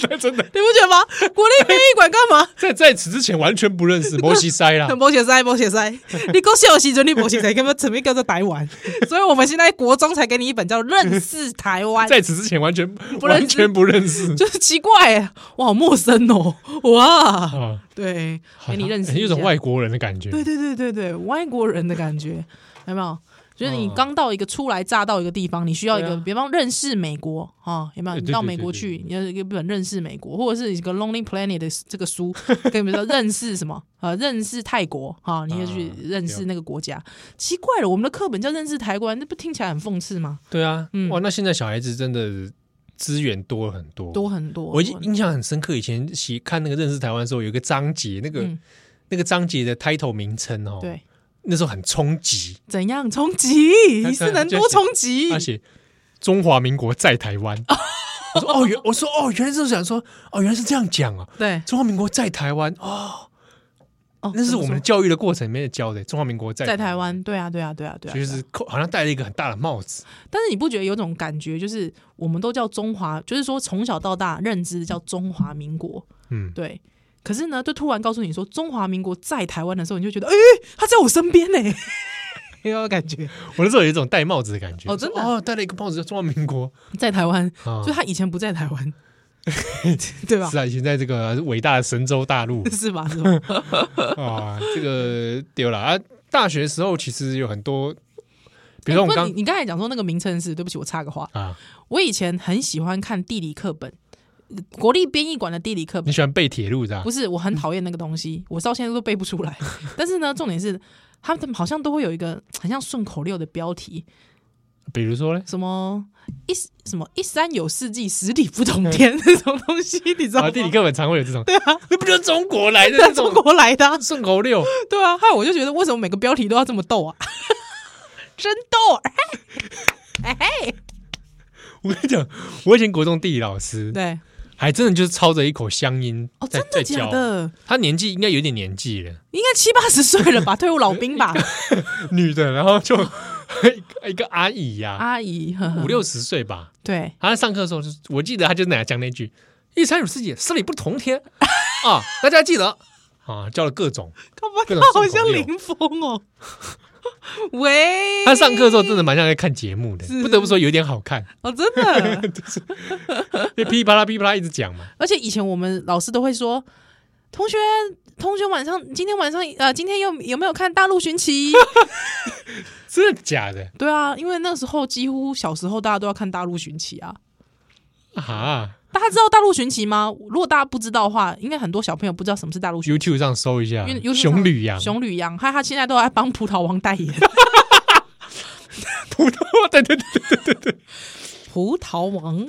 B: 真的
A: 你不觉得 吗？国立殡仪馆干嘛？
B: 在在此之前完全不认识摩西塞 啦，
A: 无写塞，无写塞，你国小的时阵你无写塞，根本准备叫做台 湾，所以我们现在国中才给你一本叫《认识台湾》，
B: 在此之前完全
A: 认识
B: 完全不认识
A: 就是奇怪、欸，哇，好陌生哦、哇，
B: 啊，
A: 对，
B: 好
A: 给你认识一下
B: 有种外国人的感觉。
A: 对对对对对，外国人的感觉，有没有？就是你
B: 嗯
A: 刚到一个初来乍到一个地方，你需要一
B: 对
A: 个，
B: 啊
A: 比方认识美国啊，有没有？
B: 对
A: 你
B: 对
A: 到
B: 对
A: 美
B: 对
A: 国
B: 对
A: 去，你要一本认识美国，或者是一个《Lonely Planet》的这个 书，跟你们说认识什么？呃，认识泰国啊，你要去
B: 啊
A: 认识
B: 对啊
A: 那个国家。奇怪了，我们的课本叫认识台湾，那不听起来很讽刺吗？
B: 对啊
A: 嗯，
B: 哇，那现在小孩子真的资源多了很多。
A: 多很多，
B: 哦我印象很深刻，以前喜看那个《认识台湾》的时候，有一个章节，那个、
A: 嗯
B: 那个章节的 title 名称哦，，
A: 对。
B: 那时候很冲击，
A: 怎样冲击？
B: 他
A: 你是
B: 他
A: 能
B: 就
A: 多
B: 写
A: 冲击？
B: 而且中华民国在台 湾。我说哦，原我说哦，原来是想说哦，原来是这样讲啊，
A: 对，
B: 中华民国在台湾哦，
A: 哦，
B: 那是
A: 怎
B: 我
A: 么
B: 们
A: 说
B: 的教育的过程里面教的，中华民国在
A: 在台，湾，对啊，对啊，对啊，对啊，
B: 就
A: 对啊
B: 是扣好像戴了一个很大的帽子，
A: 但是你不觉得有种感觉，就是我们都叫中华，就是说从小到大认知叫中华民国，
B: 嗯，
A: 对。可是呢，就突然告诉你说中华民国在台湾的时候，你就觉得，哎、他在我身边呢、有没有感觉
B: 我那时候有一种戴帽子的感觉，
A: 哦真的
B: 哦，戴了一个帽子叫中华民国
A: 在台湾，
B: 啊
A: 就，他以前不在台 湾，对吧
B: 是？啊，以前在这个伟大的神州大 陆
A: 是吧？是吧？
B: 啊，这个丢了啊，大学时候其实有很多， 比如说我
A: 哎
B: 们
A: 不
B: 刚
A: 你你刚才讲说那个名称是，对不起，我插个话，
B: 啊，
A: 我以前很喜欢看地理课本，国立编译馆的地理课本
B: 你。喜欢背铁路的啊
A: 不是，我很讨厌那个东西，我到现在都背不出来。 但是呢，重点是他们好像都会有一个很像顺口溜的标题，
B: 比如说呢？
A: 什么一什么一山有四季，十里不同 天这种东西，你知道吗？
B: 啊，地理课本常会有这种，对啊，那不就是中国来的
A: 在
B: 那
A: 中
B: 种
A: 国来的啊、
B: 顺口溜，
A: 对啊，害我就觉得为什么每个标题都要这么逗啊， 真逗、啊！
B: 我跟你讲，我以前国中地理老师
A: 对，
B: 还真的就是操着一口乡音
A: 哦，
B: 在
A: 真的假？
B: 在教
A: 的？
B: 他年纪应该有点年纪了，
A: 你应该七八十岁了吧，退伍老兵 吧，
B: 女的，然后就 一个阿姨呀、
A: 阿姨，呵呵
B: 五六十岁吧。
A: 对，
B: 她在上课的时候，就是我记得她就是哪讲那句“一山有四季，十里不同天”啊，大家记得啊，教了各种。
A: 他妈
B: 各种
A: 他好
B: 顺
A: 像
B: 口溜
A: 林峰哦。 喂，
B: 她上课的时候真的蛮像在看节目的，
A: 是
B: 不得不说有点好看，
A: 哦，真 的，
B: 因为噼里啪啦噼里啪啦一直讲嘛。
A: 而且以前我们老师都会说，同学，同学晚上今天晚上呃，今天有有没有看《大陆寻 奇》？
B: 真的假的
A: 对啊，因为那时候几乎小时候大家都要看《大陆寻奇》啊。
B: 啊
A: 大家知道《大陆寻奇》吗？如果大家不知道的话，应该很多小朋友不知道什么是《大陆寻
B: ？YouTube 上搜一下
A: 因为 YouTube
B: “
A: 上
B: 熊旅羊”，
A: 啊熊旅羊，他他现在都在帮葡萄王代 言。
B: 葡萄，对对对，
A: 葡萄王，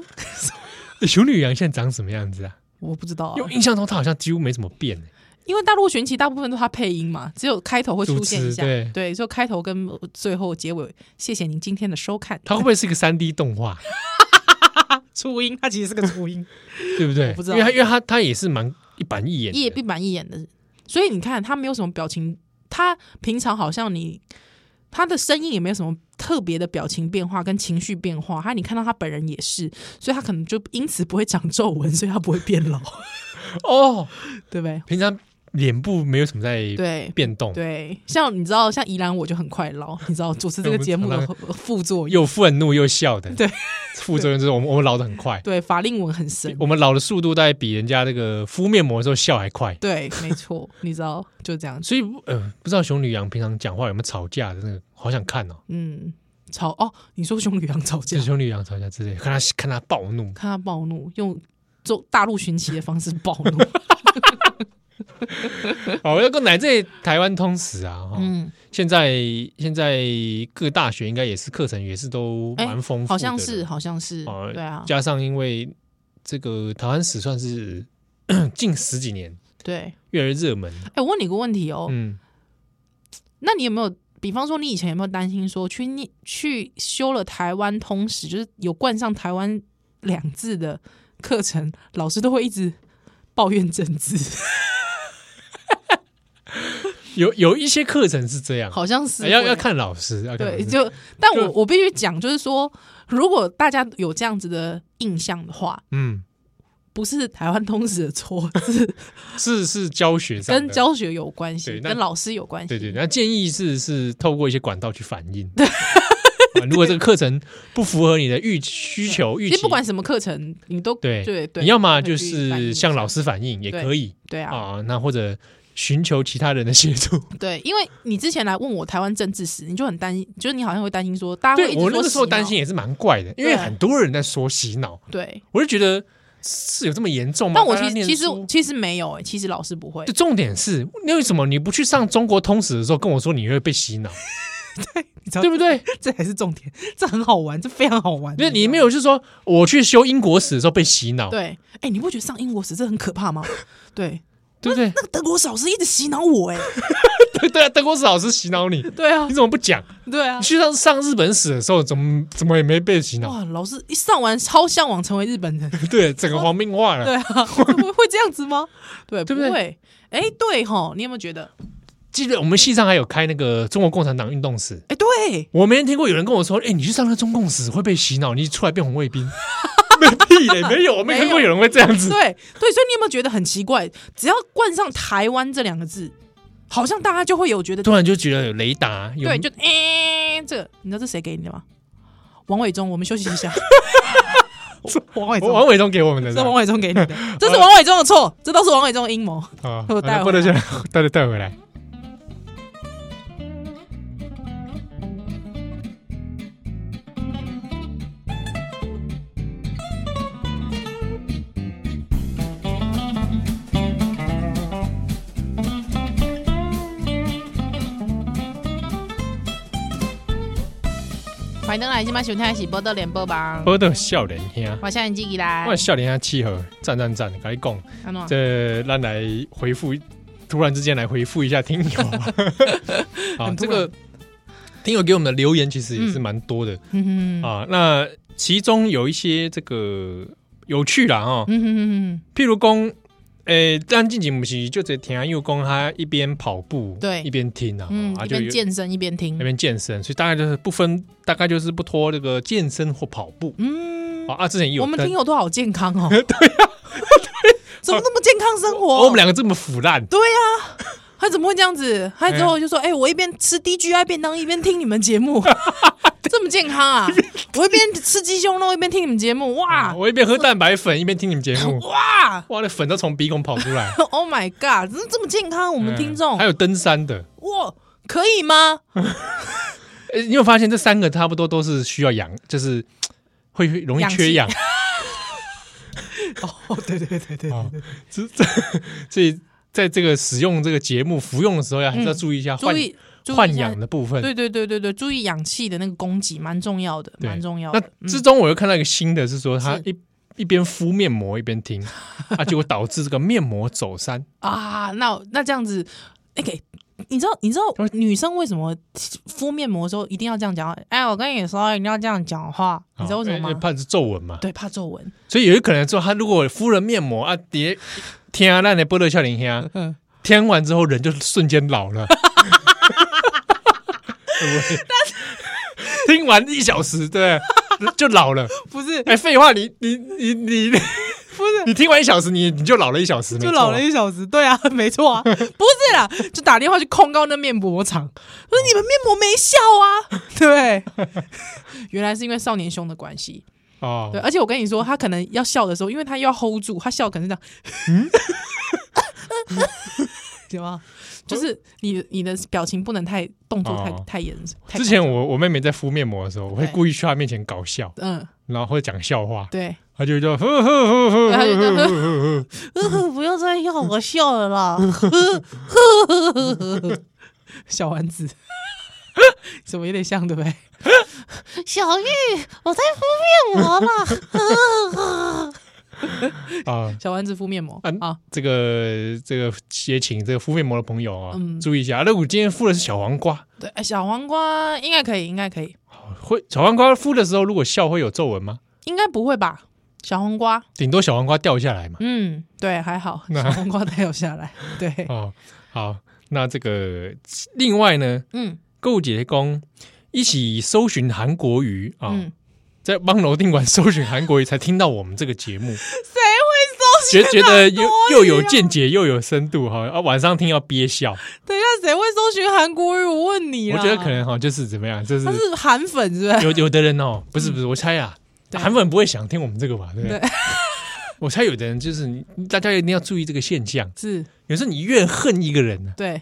B: 熊旅羊现在长什么样子啊？
A: 我不知道、啊
B: 因，为印象中他好像几乎没怎么变、欸，
A: 因为《大陆寻奇》大部分都他配音嘛，只有开头会出现一下
B: 主持，对
A: 对，就开头跟最后结尾。谢谢您今天的收看。
B: 他会不会是一个三 D 动画，
A: 初音，他其实是个初音。
B: 对不对？
A: 我不知道
B: 因为他因为他他也是蛮一板一眼
A: 一
B: 的，
A: 一板一眼的，所以你看他没有什么表情，他平常好像你他的声音也没有什么特别的表情变化跟情绪变化，还有你看到他本人也是，所以他可能就因此不会长皱纹，所以他不会变老，
B: 哦，
A: 对不对？
B: 平常脸部没有什么在
A: 对。
B: 变动，
A: 对，像你知道，像宜兰我就很快老，你知道主持这个节目的副作用，
B: 又愤怒又笑的，
A: 对，
B: 副作用就是我们我们老的很快，
A: 对法令纹很深，
B: 我们老的速度大概比人家那个敷面膜的时候笑还快，
A: 对，没错，你知道就这样子，
B: 所以呃，不知道熊女羊平常讲话有没有吵架的那个，好想看哦，
A: 嗯，吵哦，你说兄女羊吵架
B: 就是，熊女羊吵架之类，看他看他暴怒，
A: 看他暴怒，用周大陆寻奇的方式暴怒。
B: 好，哦要讲乃这台湾通史啊，哈、
A: 嗯，
B: 现在现在各大学应该也是课程也是都蛮丰
A: 哎
B: 富的了、
A: 好像是，好像是，
B: 哦
A: 对啊，
B: 加上因为这个台湾史算是 近十几年
A: 对。
B: 越来越热门，
A: 哎，我问你个问题哦，
B: 嗯，
A: 那你有没有，比方说你以前有没有担心说去念去修了台湾通史，就是有冠上台湾两字的课程，老师都会一直抱怨政治，
B: 有有一些课程是这样，
A: 好像是
B: 哎要
A: 会
B: 要看老师，要看老
A: 对，
B: 师
A: 就但我
B: 就
A: 我必须讲，就是说，如果大家有这样子的印象的话，
B: 嗯，
A: 不是台湾通史的错， 是
B: 是是教学上的
A: 跟教学有关系，
B: 对那
A: 跟老师有关系。
B: 对对，那建议是是透过一些管道去反映。啊如果这个 课程不符合你的预需求预
A: 其
B: 期
A: 实，不管什么课程，你都
B: 对
A: 对对，
B: 你要么
A: 会
B: 就
A: 去反映
B: 是
A: 一
B: 向
A: 下
B: 老师反映也
A: 对
B: 可以
A: 对啊，
B: 啊，那或者寻求其他人的协助。
A: 对，因为你之前来问我台湾政治史，你就很担心，就是你好像会担心说，大家会一
B: 对
A: 直
B: 我
A: 说
B: 那个时候
A: 洗脑
B: 担心，也是蛮怪的，因为
A: 对
B: 很多人在说洗脑，
A: 对，
B: 我就觉得是有这么严重吗？
A: 嗯但我
B: 大
A: 其
B: 家
A: 实
B: 念
A: 其实
B: 书
A: 其实没有、欸，其实老师不会
B: 就，重点是，那为什么你不去上中国通史的时候跟我说你会 被洗脑，
A: 你知道
B: 对不对？
A: 这才是重点，这很好玩，这非常好玩
B: 因为你没
A: 有
B: 有是说我去修英国史的时候被洗脑，
A: 对，哎、你不觉得上英国史这很可怕吗？对，
B: 对不对？
A: 那个德国史老师一直洗脑我、欸，哎，
B: 对对啊，德国史老师洗脑你，
A: 对啊
B: 你，怎么不讲？
A: 对啊
B: 你，去上上日本史的时候，怎么怎么也没被洗脑？
A: 哇，老师一上完超向往成为日本人，
B: 对，整个黄命化了。
A: 对 啊，会会这样子吗？对，
B: 对不
A: 不
B: 对
A: 会，哎、对吼，你有没有觉得？
B: 记得我们系上还有开那个中国共产党运动史，
A: 哎、对，
B: 我没听过有人跟我说，哎、你去上那中共史会被洗脑，你出来变红 卫兵。没屁嘞，没有，我没看过有人会这样子。
A: 对对，所以你有没有觉得很奇怪？只要冠上“台湾”这两个字，好像大家就会有觉得，
B: 突然就觉得有雷达，啊有
A: 对，就哎、这个你知道这谁给你的吗？王伟忠，我们休息一 下。王伟
B: 王王伟忠给我们的
A: 这
B: 是
A: 是王
B: 吧
A: 伟忠给你的，这是王伟忠的错，这都是王伟忠的阴谋。
B: 啊，
A: 我带
B: 好
A: 回
B: 那
A: 来
B: 带带带回来。
A: 欢迎来今晚收听的是《波多连播吧》，
B: 我都笑脸兄，
A: 我向你记起来
B: 我。笑脸兄契合，赞赞赞，跟你讲。
A: 安诺，
B: 这让来回复，突然之间来回复一下听友。 啊，
A: 很突然
B: 这个听友给我们的留言其实也是蛮多的、
A: 嗯哼哼
B: 啊。那其中有一些这个有趣啦哦，
A: 嗯哼哼
B: 譬如讲，诶、但近景不是就只听友公他一边跑步，
A: 对
B: 一边听啊，
A: 哼，
B: 啊
A: 嗯，一
B: 就
A: 边
B: 有
A: 健身一边听
B: 那，边健身，所以大概就是不分，大概就是不脱这个健身或跑步。
A: 嗯，
B: 啊啊！之前也有
A: 我们
B: 但啊
A: 听友都好健康 哦。对呀， 怎么那么健康生活？
B: 哦我们两个这么腐烂，
A: 啊他怎么会这样子？他之后就说：“哎、我一边吃 DGI 便当，一边听你们节 目，这么健康啊！我一边吃鸡胸肉，一边听你们节目，哇，
B: 啊我一边喝蛋白粉，一边听你们节目
A: 哇
B: 哇，那粉都从鼻孔跑出来。
A: ！Oh my god！这这么健 康，我们听众、
B: 嗯还有登山的，
A: 哇，可以吗？
B: 诶你有发现这三个差不多都是需要氧，就是嘖会会容易缺氧。
A: 哦，对对对对
B: 哦这这所以在这个使用这个节目服用的时候，还是要注意一下换
A: 嗯注意注意
B: 换
A: 一下
B: 氧，的部分。
A: 对对对对对，注意氧气的那个供给蛮重要的，
B: 对
A: 蛮重要
B: 那
A: 的。嗯
B: 之中我又看到一个新的，是说他
A: 是
B: 一一边敷面膜一边听， 啊，结果导致这个面膜走散。
A: 啊，那那这样子，哎、给你知道你知道女生为什么敷面膜的时候一定要这样讲话？哎，我跟你说，一定要这样讲话， 你知道为什么
B: 哦
A: 吗
B: 因？怕是皱纹嘛。
A: 对，怕皱纹。
B: 所以有可能说，他如果敷了面膜啊，叠天啊，那你波乐笑脸天啊，
A: 嗯，
B: 听完之后人就瞬间老了。 对不对听完一小时，对，就老了。
A: 不是，
B: 哎，废话，你你你你，不是你听完一小时，你你就老了一小时，没
A: 就
B: 错
A: 老了一小时。对啊， 没错啊，不是啦，就打电话去控告那面膜厂，说你们面膜没效啊。对， 原来是因为少年胸的关系。对，
B: 哦。
A: 而且我跟你说，他可能
B: 嗯
A: 要笑的时候，因为他又要 hold 住，他笑可能是这样， 对吧？就是你你的表情不能太动作太
B: 哦
A: 太严。太
B: 之前我我妹妹在敷面膜的时候，我会
A: 对
B: 故意去她面前搞笑，
A: 嗯
B: 然后会讲笑话，
A: 对，
B: 她 就叫呵呵呵呵呵呵呵呵呵，
A: 呃不要再要我笑了啦，小丸 子，怎么有点像对不对？小玉，我在敷面膜啦。
B: 啊。
A: 小丸子敷面膜
B: 嗯
A: 啊，
B: 这个这个也请这个敷面膜的朋友啊，
A: 嗯
B: 注意一下。那我今天敷的是小黄瓜，
A: 对，哎小黄瓜应该可以，应该可以，
B: 会小黄瓜敷的时候，如果笑会有皱纹吗？
A: 应该不会吧？小黄瓜，
B: 顶多小黄瓜掉下来嘛。
A: 嗯，对，还好，
B: 那
A: 小黄瓜掉下来， 对，
B: 哦，好，那这个另外呢，
A: 嗯
B: 购姐公一起搜寻韩国语啊，
A: 嗯，
B: 在帮楼定馆搜寻韩国语，才听到我们这个节目，
A: 谁会搜寻
B: 觉觉得又
A: 语啊
B: 又有见解又有深度哈。啊，晚上听要憋笑，
A: 等一下，谁会搜寻韩国语？我问你
B: 我
A: 啦。
B: 觉得可能哈，就是怎么样，就是
A: 他是韩粉，是不是？
B: 有有的人哦，不是不是，我猜啊，
A: 对
B: 韩粉不会想听我们这个吧，对不对
A: 对？
B: 我猜有的人就是你，大家一定要注意这个现象。
A: 是，
B: 有时候你越恨一个人呢，
A: 对，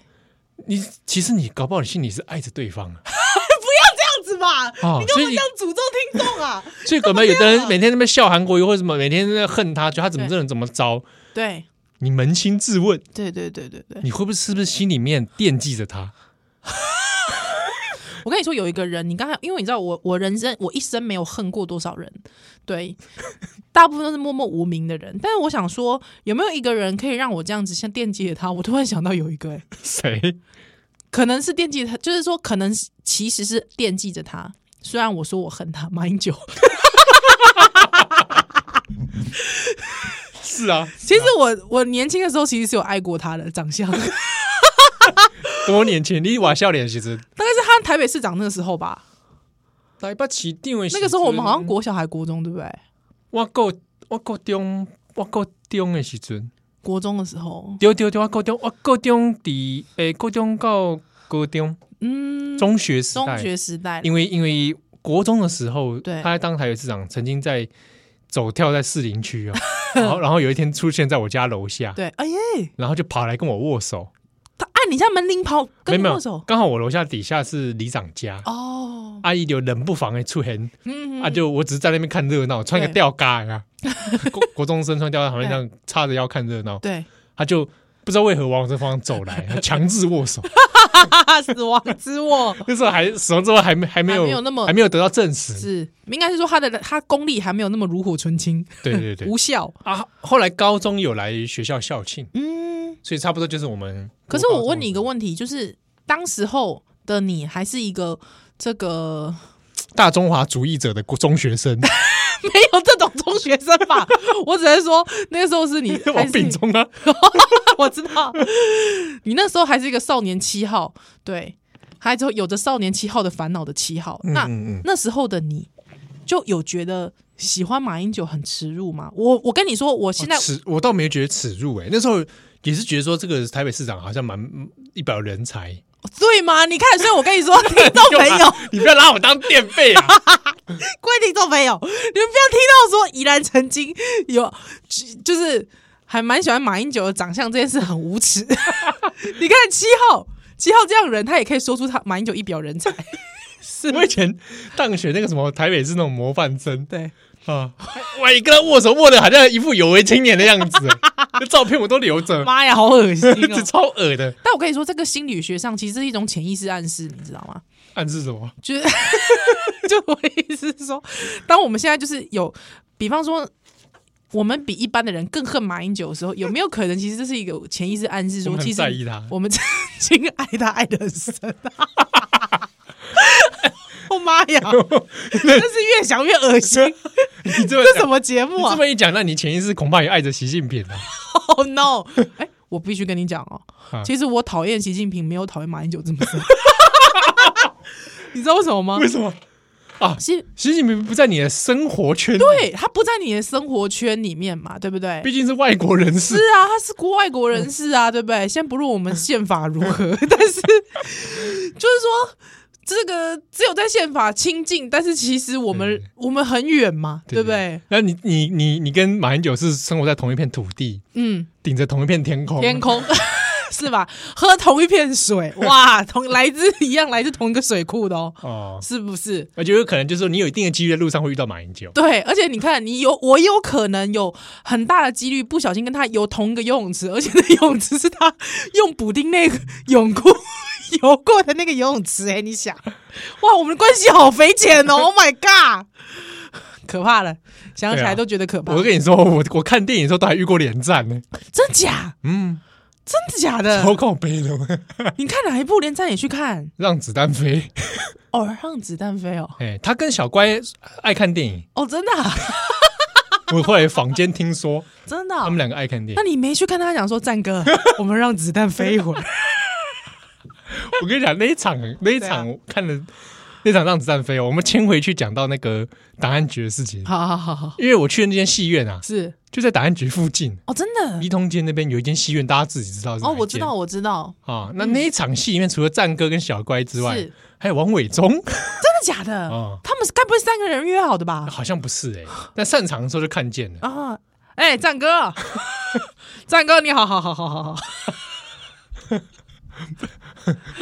B: 你其实你搞不好你心里是爱着 对方啊，
A: 这样子吧。
B: 哦
A: 你干
B: 所
A: 嘛这
B: 以
A: 样诅咒听众啊？
B: 所以可能有的人每天在那边笑韩国瑜或者什么，每天在那恨他，觉得他怎么
A: 对
B: 这人怎么糟。
A: 对，
B: 你扪心自问，
A: 对，对，对，对，对。
B: 你会不会是不是心里面惦记着他？
A: 我跟你说，有一个人，你刚才因为你知道我，我人生我一生没有恨过多少人，对， 大部分都是默默无名的人。但是我想说，有没有一个人可以让我这样子像惦记着他？我突然想到有一个、欸，
B: 谁？
A: 可能是惦记他，就是说，可能是其实是惦记着他。虽然我说我恨他，马英九，
B: 是啊，
A: 其实我我年轻的时候其实是有爱过他的长相。
B: 多年前你瓦笑脸其实
A: 大概是他台北市长那个时候吧。
B: 台北市定位
A: 那个时候我们好像国小还国中，对不对？
B: 我够我够中我够中的时阵，
A: 国中的时候，
B: 对对对，我够中我够中第诶够中到高中
A: 嗯，
B: 中学时
A: 中
B: 代，
A: 学时代，
B: 因为因为国中的时候，
A: 对
B: 他在当台北市长，曾经在走跳在士 林区哦，然后然后有一天出现在我家楼下，
A: 对，哎耶，
B: 然后就跑来跟我握手，
A: 他按你家门铃跑，
B: 没有
A: 跟你
B: 没有
A: 握手，
B: 刚好我楼下底下是里长家，
A: 哦，
B: 阿姨就冷不防的出现，
A: 嗯，
B: 啊，就我只是在那边看热闹，穿个
A: 对
B: 吊嘎呀，国 国中生穿吊嘎，好像这样叉着腰看热闹，
A: 对，
B: 他就不知道为何往我这方向走来，他强制握手，
A: 哈哈，死亡之握
B: 那时候还死亡之后还没还没有
A: 还没有那么
B: 还没有得到证实，
A: 是应该是说他的他功力还没有那么炉火纯青，
B: 对对对
A: 无效，
B: 啊，后来高中有来学校校庆。
A: 嗯。
B: 所以差不多就是我们。
A: 可是我问你一个，问题，就是当时候的你还是一个这 个
B: 大中华主义者的中学生，
A: 没有这种中学生吧？ 我只能说那个时候是 你还
B: 王
A: 是
B: 炳忠啊，
A: 我知道，你那时候还是一个少年七号，对，还有有着少年七号的烦恼的七号。那、
B: 嗯嗯
A: 那时候的你，就有觉得喜欢马英九很耻辱吗？我我跟你说，我现在、
B: 耻，我倒没觉得耻辱哎、那时候也是觉得说这个台北市长好像蛮嗯一表人才。
A: 对吗？你看，所以我跟你 说，听众朋友，
B: 啊你不要拿我当垫背啊！
A: 各位听众朋友，你们不要听到说宜兰曾经有就是还蛮喜欢马英九的长相这件事很无耻。 你看七号，七号这样的人，他也可以说出他马英九一表人才， 是
B: 我以前当选那个什么台北市那种模范生
A: 对。
B: 啊，哇，你跟他握手握的好像一副有为青年的样子、啊 那照片我都留着，
A: 妈呀，好恶心哦
B: 这！超恶的。
A: 但我跟你说，这个心理学上其实是一种潜意识暗示，你知道吗？
B: 暗示 什么？
A: 就是就我的意思是说，当我们现在就是有，比方说。我们比一般的人更恨马英九的时候，有没有可能其实这是一个潜意识暗示
B: 我
A: 说，
B: 们
A: 其
B: 很
A: 实
B: 在意他。
A: 我们曾经爱他爱的很深、啊 我妈呀，真是越想越恶心！
B: 你这么
A: 这
B: 讲
A: 什么节目
B: 你这
A: 啊
B: 么一讲，那你潜意识恐怕也爱着习近平啊。
A: ？Oh no！哎、我必须跟你讲哦，
B: 啊
A: 其实我讨厌习近平，没有讨厌马英九这么深。 你知 道为什么吗
B: 为？什么？
A: 是
B: 习近平不在你的生活圈，，
A: 对他不在你的生活圈里面嘛，对不对？
B: 毕竟是外国人
A: 是
B: 士，
A: 啊，他是国外国人士啊，对不 对？先不论我们宪法如何，但是就是说，这个只有在宪法亲近，但是其实我们
B: 对
A: 我们很远嘛，对不对？？
B: 那你你你你跟马英九是生活在同一片土地，
A: 嗯，
B: 顶着同一片天空，
A: 天空， 是吧？喝同一片水，哇，同来自一样来自同一个水库的哦，
B: 哦，
A: 是不是？
B: 而且有可能就是说你有一定的几率在路上会遇到马英九，
A: 对，而且你看，你有我有可能有很大的几率不小心跟他游同一个游泳池，而且那游泳池是他用补丁那个泳裤 游过的那个游泳池、哎，你想，哇，我们的关系好匪浅哦，Oh my god，可怕了，想起
B: 对
A: 来
B: 啊
A: 都觉得可怕，
B: 我跟你说，我我看电影的时候都还遇过连战呢，
A: 真假？
B: 嗯，
A: 真的假的
B: 超？靠背的，
A: 你看哪一部连战也去看？
B: 让子弹飞。
A: 哦，让子弹飞哦，
B: 哎，他跟小乖爱看电影，
A: 哦，真的啊、
B: 我后来坊间 听说
A: 真的啊、
B: 他们两个爱看电
A: 那
B: 影。
A: 你没去看他讲说战 哥，我们让子弹飞一会儿，
B: 我跟你讲，那一场那一场
A: 对啊
B: 我看了那场让子弹飞哦，我们牵回去讲到那个档案局的事情，
A: 好好好好，
B: 因为我去的那间戏院啊，
A: 是
B: 就在档案局附近，
A: 哦，真的
B: 一通街那边有一间戏院，大家自己知道是哪
A: 哦
B: 一，间
A: 我知道，我知道，
B: 啊。那那一场戏里面，除了战哥跟小乖之
A: 是
B: 外，还有王 伟忠
A: 真的假的？
B: 啊，
A: 他们是该不会三个人约好的吧？
B: 好像不是哎，但散场的时候就看见了。
A: 啊，哎、战 哥，战哥，你好好好好好好，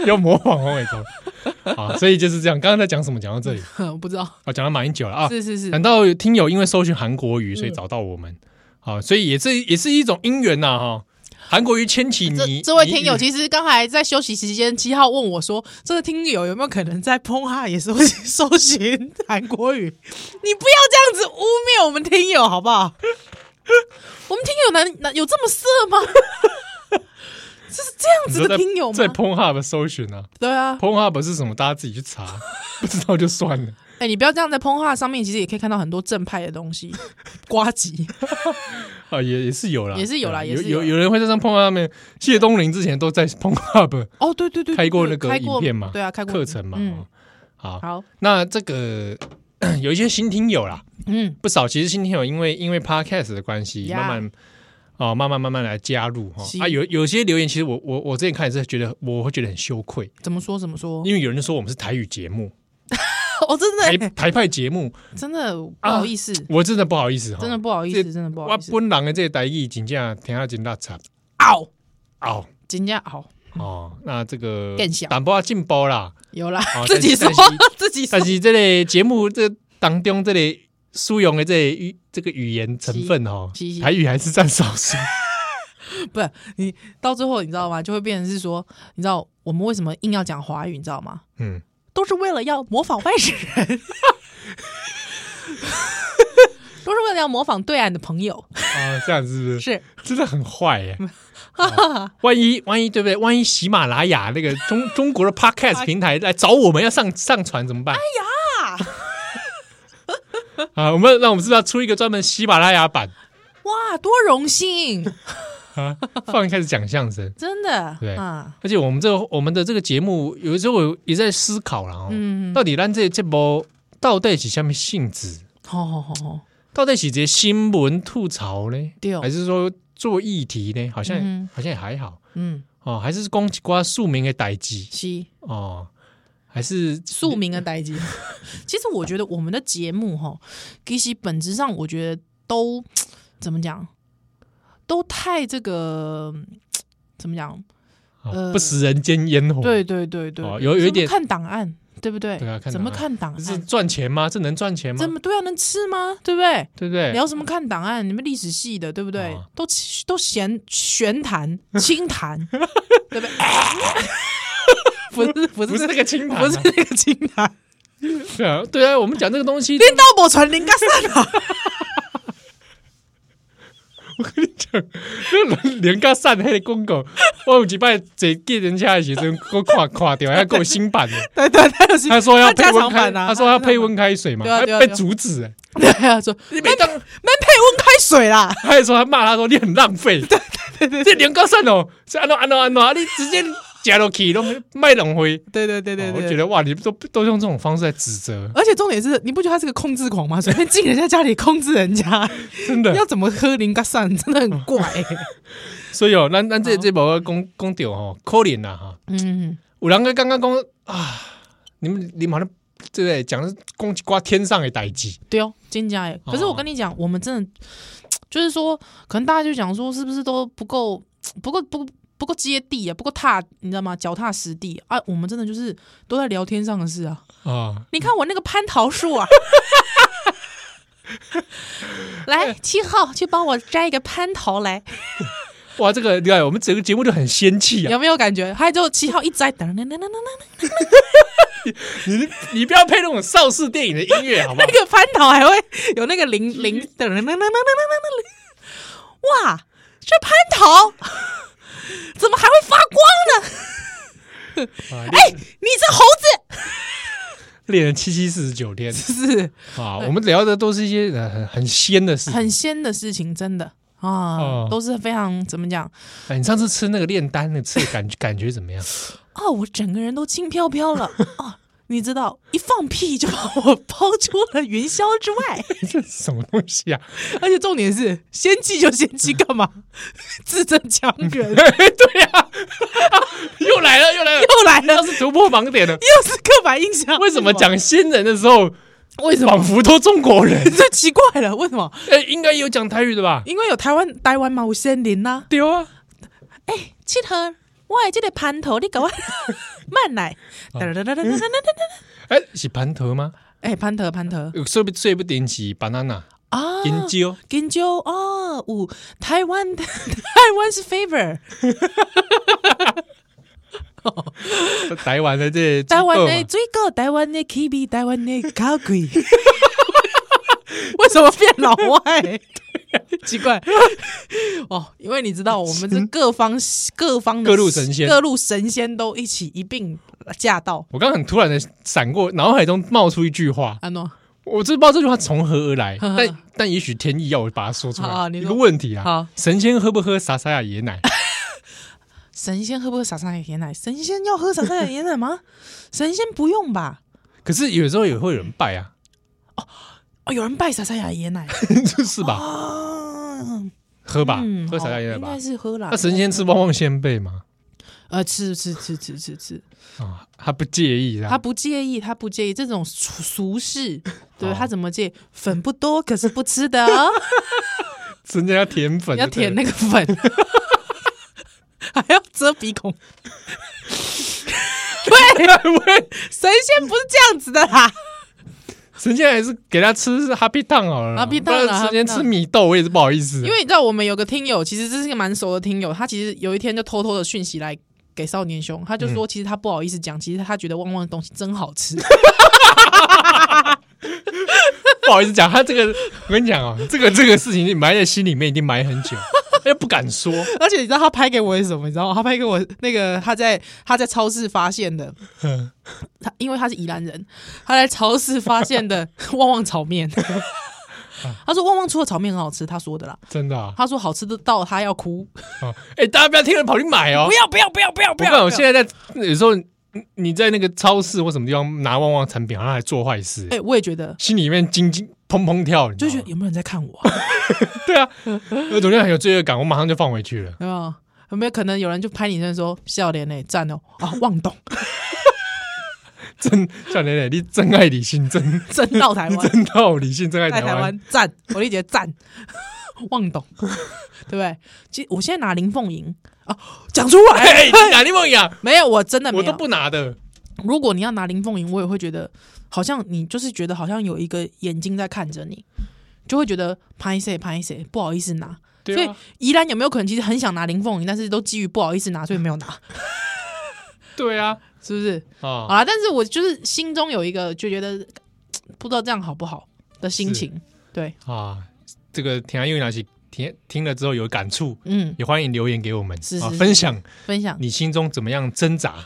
B: 要模仿王伟忠啊，所以就是这样。刚刚在讲什么？讲到这里
A: 哼 我不知道，
B: 啊，讲到马英九了啊。
A: 是嗯是是
B: 难，道有听友因为搜寻韩国语，所以找到我们？啊，所以也是也是一种因缘呐哈。韩国瑜牵起你，
A: 这这位
B: 你
A: 听友其实刚才在休息时间七号问我说，这个听友有没有可能在 p o n h 也是会 搜寻韩国语？你不要这样子污蔑我们听友好不好？ 我们听友难难有这么色吗？ 这是这样
B: 你
A: 子
B: 说
A: 的
B: 在
A: 听友吗
B: 在？PornHub 搜寻啊
A: 对啊，
B: ，PornHub 是什么？大家自己去查， 不知道就算了。
A: 哎、你不要这样，在 p o n h 上面其实也可以看到很多正派的东西，瓜吉。
B: 啊，也也是有啦，
A: 也是有啦
B: 对啊
A: 也
B: 有
A: 是有
B: 有有人会在上碰到他们。谢东林之前都在碰 Hub
A: 哦，对对对，
B: 开过那
A: 对
B: 个
A: 开
B: 影
A: 过
B: 片嘛，
A: 对啊，开过
B: 课程嘛。
A: 嗯
B: 哦，好，
A: 好，
B: 那这个 有一些新听友啦，
A: 嗯，
B: 不少。哦其实新听友因为因为 Podcast 的关系，
A: 呀
B: 慢慢哦，慢慢慢慢来加入哈
A: 是。
B: 啊，有有些留言，其实我我我之前看也是觉得我会觉得很羞愧，
A: 怎么说怎么说？
B: 因为有人说我们是台语节目，
A: 哦，真
B: 台
A: 的
B: 台派节目，
A: 真的不好意思，
B: 我真的不好意思哈，
A: 真的不好意
B: 啊这
A: 思，真的不好
B: 我
A: 意思。
B: 本人的这个台语真正听下真大差
A: 嗷，
B: 哦。
A: 真的嗷，
B: 哦，那这个
A: 更小
B: 淡薄仔进步啦，
A: 有啦
B: 哦，
A: 自己说
B: 但是但
A: 自己说
B: 但，是这类节目这当中这类使用的这类语这个语言成分哦
A: 是是，
B: 台语还是占少数。
A: 不是你到最后你知道吗？就会变成是说，你知道我们为什么硬要讲华语，你知道吗？
B: 嗯，
A: 都是为了要模仿外省人， 都是为了要模仿对岸的朋友，
B: 啊，这样是不是？
A: 是
B: 真的很坏 耶！哦万一万一对不对？万一喜马拉雅那个中 中国的 podcast 平台来找我们要上上传怎么办？哎 呀！啊，我们那我们是不是要出一个专门喜马拉 雅版
A: 哇，多荣 幸，
B: 啊？放开始讲相声。
A: 真的，
B: 对
A: 啊，
B: 而且我们这个我们的这个节目，有的时候我也在思考了哦，
A: 嗯，
B: 到底咱这这波到底是什么性质？
A: 好好好好，
B: 到底是这新闻吐槽呢，
A: 对哦
B: 还是说做议题呢？好像、
A: 嗯
B: 好像也还好
A: 嗯，
B: 哦，还是攻击瓜庶民的代际
A: 是。
B: 哦，还是
A: 庶民的代际。 其实我觉得我们的节目哈，其实本质上我觉得都怎么讲，都太这个怎么讲？
B: 哦
A: 呃
B: 不食人间烟火，
A: 对对对对，
B: 哦有有一
A: 怎么
B: 点
A: 看档案，对不对？
B: 对啊看档案
A: 怎么看档
B: 这是
A: 案？
B: 赚钱吗？这能赚钱吗
A: 怎？么对啊？能吃吗？对不对？
B: 对不对？
A: 聊什么看档案？你们历史系的对不对
B: 哦？
A: 都都闲闲 谈、轻谈，对不对？不是不是
B: 不是那个清谈、啊，
A: 不是那个轻谈，
B: 对啊对啊，我们讲这个东 西，
A: 领导我传零个三 啊！
B: 连个散黑的公狗，我有一摆坐计人车的时阵，我看看 到还够新版的。
A: 对对，他就是
B: 他说要配
A: 加
B: 温
A: 长
B: 开，
A: 版啊，
B: 他说要配温开水嘛，
A: 对啊
B: 还
A: 对啊
B: 被
A: 对啊
B: 阻止 欸。
A: 对啊，说
B: 你每当
A: 没配温开水啦，
B: 他还说他骂他说你很浪费，这连高散哦，是安诺安诺安诺，啊你直接夹落去都卖浪费。
A: 对对对对
B: 哦我觉
A: 对。
B: 得哇，你都都用这种方式来指责，
A: 而且重点是，你不觉得他是个控制狂吗？随便进人家家里控制人家，
B: 真的
A: 要。怎么喝零嘎散，真的很怪、
B: 所以哦，咱咱这
A: 好
B: 这波公公掉哦，可怜呐哈。
A: 嗯，
B: 五郎哥刚刚讲啊，你们你马上对不对？讲的是公刮天上的代志。
A: 对哦，真假耶。
B: 哦
A: 可是我跟你讲，我们真的就是说，可能大家就讲说，是不是都不够，不够不不够接地啊，不够踏，你知道吗？脚踏实地啊，我们真的就是都在聊天上的事啊。
B: 啊，
A: 你看我那个蟠桃树啊， 来七号去帮我摘一个蟠桃来，
B: 哇，这个对，我们整个节目就很仙气啊！
A: 有没有感觉？还有就七号一摘，噔噔噔噔噔噔，
B: 你你不要配那种邵氏电影的音乐，好 不好
A: 那？个蟠桃还会有那个铃铃，噔噔噔噔噔噔噔噔噔，哇，这蟠桃怎么还会发光呢？
B: 啊
A: 哎，你这猴子
B: 练了七七四十九天
A: 是
B: 啊，我们聊的都是一些呃很很仙的事。
A: 很仙的事情，真的啊，
B: 哦
A: 都是非常怎么讲
B: 哎，你上次吃那个炼丹那次感感觉怎么样？
A: 啊，我整个人都轻飘飘了啊。你知道，一放屁就把我抛出了云霄之外，
B: 这是什么东西啊？
A: 而且重点是，仙气就仙气，干嘛字正腔圆？
B: 对呀、又来了又来了，
A: 又来了
B: 要，是突破盲 点了。
A: 又是刻板印象。
B: 为什么？讲仙人的时候，
A: 为什
B: 仿
A: 么？
B: 佛都中国人？
A: 这奇怪了，为什么？
B: 哎、应该有讲台语的吧？
A: 因为有台湾台湾嘛，有仙林呐、啊。
B: 丢啊！
A: 七号，我的这个蟠桃，你给我 慢来。
B: 哦
A: 哒哒哒哒哒哒哒哒 哒
B: 哎、是蟠桃吗？
A: 哎，蟠桃，蟠桃
B: 有说不说不定是 banana
A: 啊，
B: 银蕉、
A: 研究哦，五台湾 台湾是 favor，
B: 台湾的这
A: 台湾
B: 水
A: 的
B: 果
A: 最高，台湾的 KB，台湾 的高贵。为什么变老 外？奇怪 哦，因为你知道，我们是各方各方的
B: 嗯各路神仙
A: 各路神仙都一起一并驾到。
B: 我刚刚很突然的闪过，脑海中冒出一句话，
A: 安诺，
B: 我真不知道这句话从何而来，
A: 呵呵
B: 但但也许天意要我把它说出
A: 好好
B: 来。
A: 你
B: 一
A: 说
B: 个问题啊
A: 好，
B: 神仙喝不喝撒撒亚椰 奶？
A: 神仙喝不喝傻傻的椰奶？神仙要喝傻傻的椰奶 吗？神仙不用吧？
B: 可是有时候也会有人拜啊，
A: 哦，有人拜傻傻的椰奶
B: 是吧？
A: 啊？
B: 喝吧
A: 嗯，
B: 喝撒撒
A: 好
B: 亚椰奶
A: 应
B: 吧
A: 该。是喝啦。
B: 那神仙吃旺旺仙贝吗？
A: 呃，吃吃吃吃吃吃，
B: 啊，他不介意
A: 他
B: 啊。
A: 不介意，他不介意这种俗俗事，对
B: 哦
A: 他怎么介意？粉不多，可是不吃的，哦
B: 神仙要舔粉，
A: 要舔那个粉， 还要遮鼻孔。喂，
B: 个。喂，
A: 神仙不是这样子的啦，
B: 神仙还是给他吃哈皮烫好了啦。
A: Happy 烫啊
B: 不然神仙
A: Happy 烫
B: 吃米豆，我也是不好意思。
A: 因为你知道我们有个听友，其实这是一个蛮熟的听友，他其实有一天就偷偷的讯息来。给少年兄，他就说，
B: 嗯
A: 其实他不好意思讲，其实他觉得旺旺的东西真好吃，
B: 不好意思讲，他这个我跟你讲哦，这个这个事情你埋在心里面已经埋很久， 他又不敢说。
A: 而且你知道他拍给我的是什么？你知道吗？他拍给我那个他在他在超市发现的，
B: 嗯
A: 他因为他是宜兰人，他在超市发现的旺旺炒 面。他说旺旺除了炒面很好吃，他说的啦。
B: 真的啊，
A: 他说好吃的到他要哭，
B: 哦哎、大家不要听人跑去买哦
A: 不。要不要不要不要不
B: 不管
A: 要！
B: 我现在在有时候你你在那个超市或什么地方拿旺旺产品，然后还做坏事，
A: 哎、我也觉得，
B: 心里面惊惊砰砰跳，你知
A: 就觉
B: 道吗
A: 得有没有人在看我、啊？
B: 对啊，我总觉得很有罪恶感，我马上就放回去了。
A: 有没有？有没有可能有人就拍你身说笑脸嘞赞 哦啊旺董
B: 真笑蕾蕾，你真爱理性，真
A: 真到台
B: 你
A: 湾，
B: 真到理性，真爱
A: 在
B: 台
A: 台
B: 湾。
A: 湾赞，我丽姐赞， 旺董，对不对？其实我现在拿林凤营啊，讲出来、
B: 哎，你哪里 梦呀？
A: 没有，我真的没
B: 我
A: 有。
B: 都不拿的。
A: 如果你要拿林凤营，我也会觉得好像你就是觉得好像有一个眼睛在看着你，就会觉得拍谁拍谁，不好意思拿。所
B: 对
A: 以
B: 啊，
A: 宜兰有没有可能其实很想拿林凤营，但是都基于不好意思拿，所以没有拿，
B: 对啊，
A: 是不是？好
B: 啊，
A: 啦，但是我就是心中有一个就觉得不知道这样好不好的心情。对，
B: 啊，这个田安又拿起听听了之后有感触，
A: 嗯，
B: 也欢迎留言给我们
A: 是
B: 啊
A: 是，是
B: 分享
A: 分享
B: 你心中怎么样挣扎啊，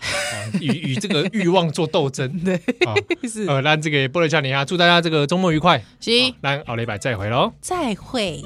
B: 与与 这个欲望做斗争。
A: 对
B: 啊，
A: 是
B: 呃，那这个波罗夏尼亚，祝大家这个周末愉快，
A: 行，
B: 那奥雷百再回喽。
A: 再会。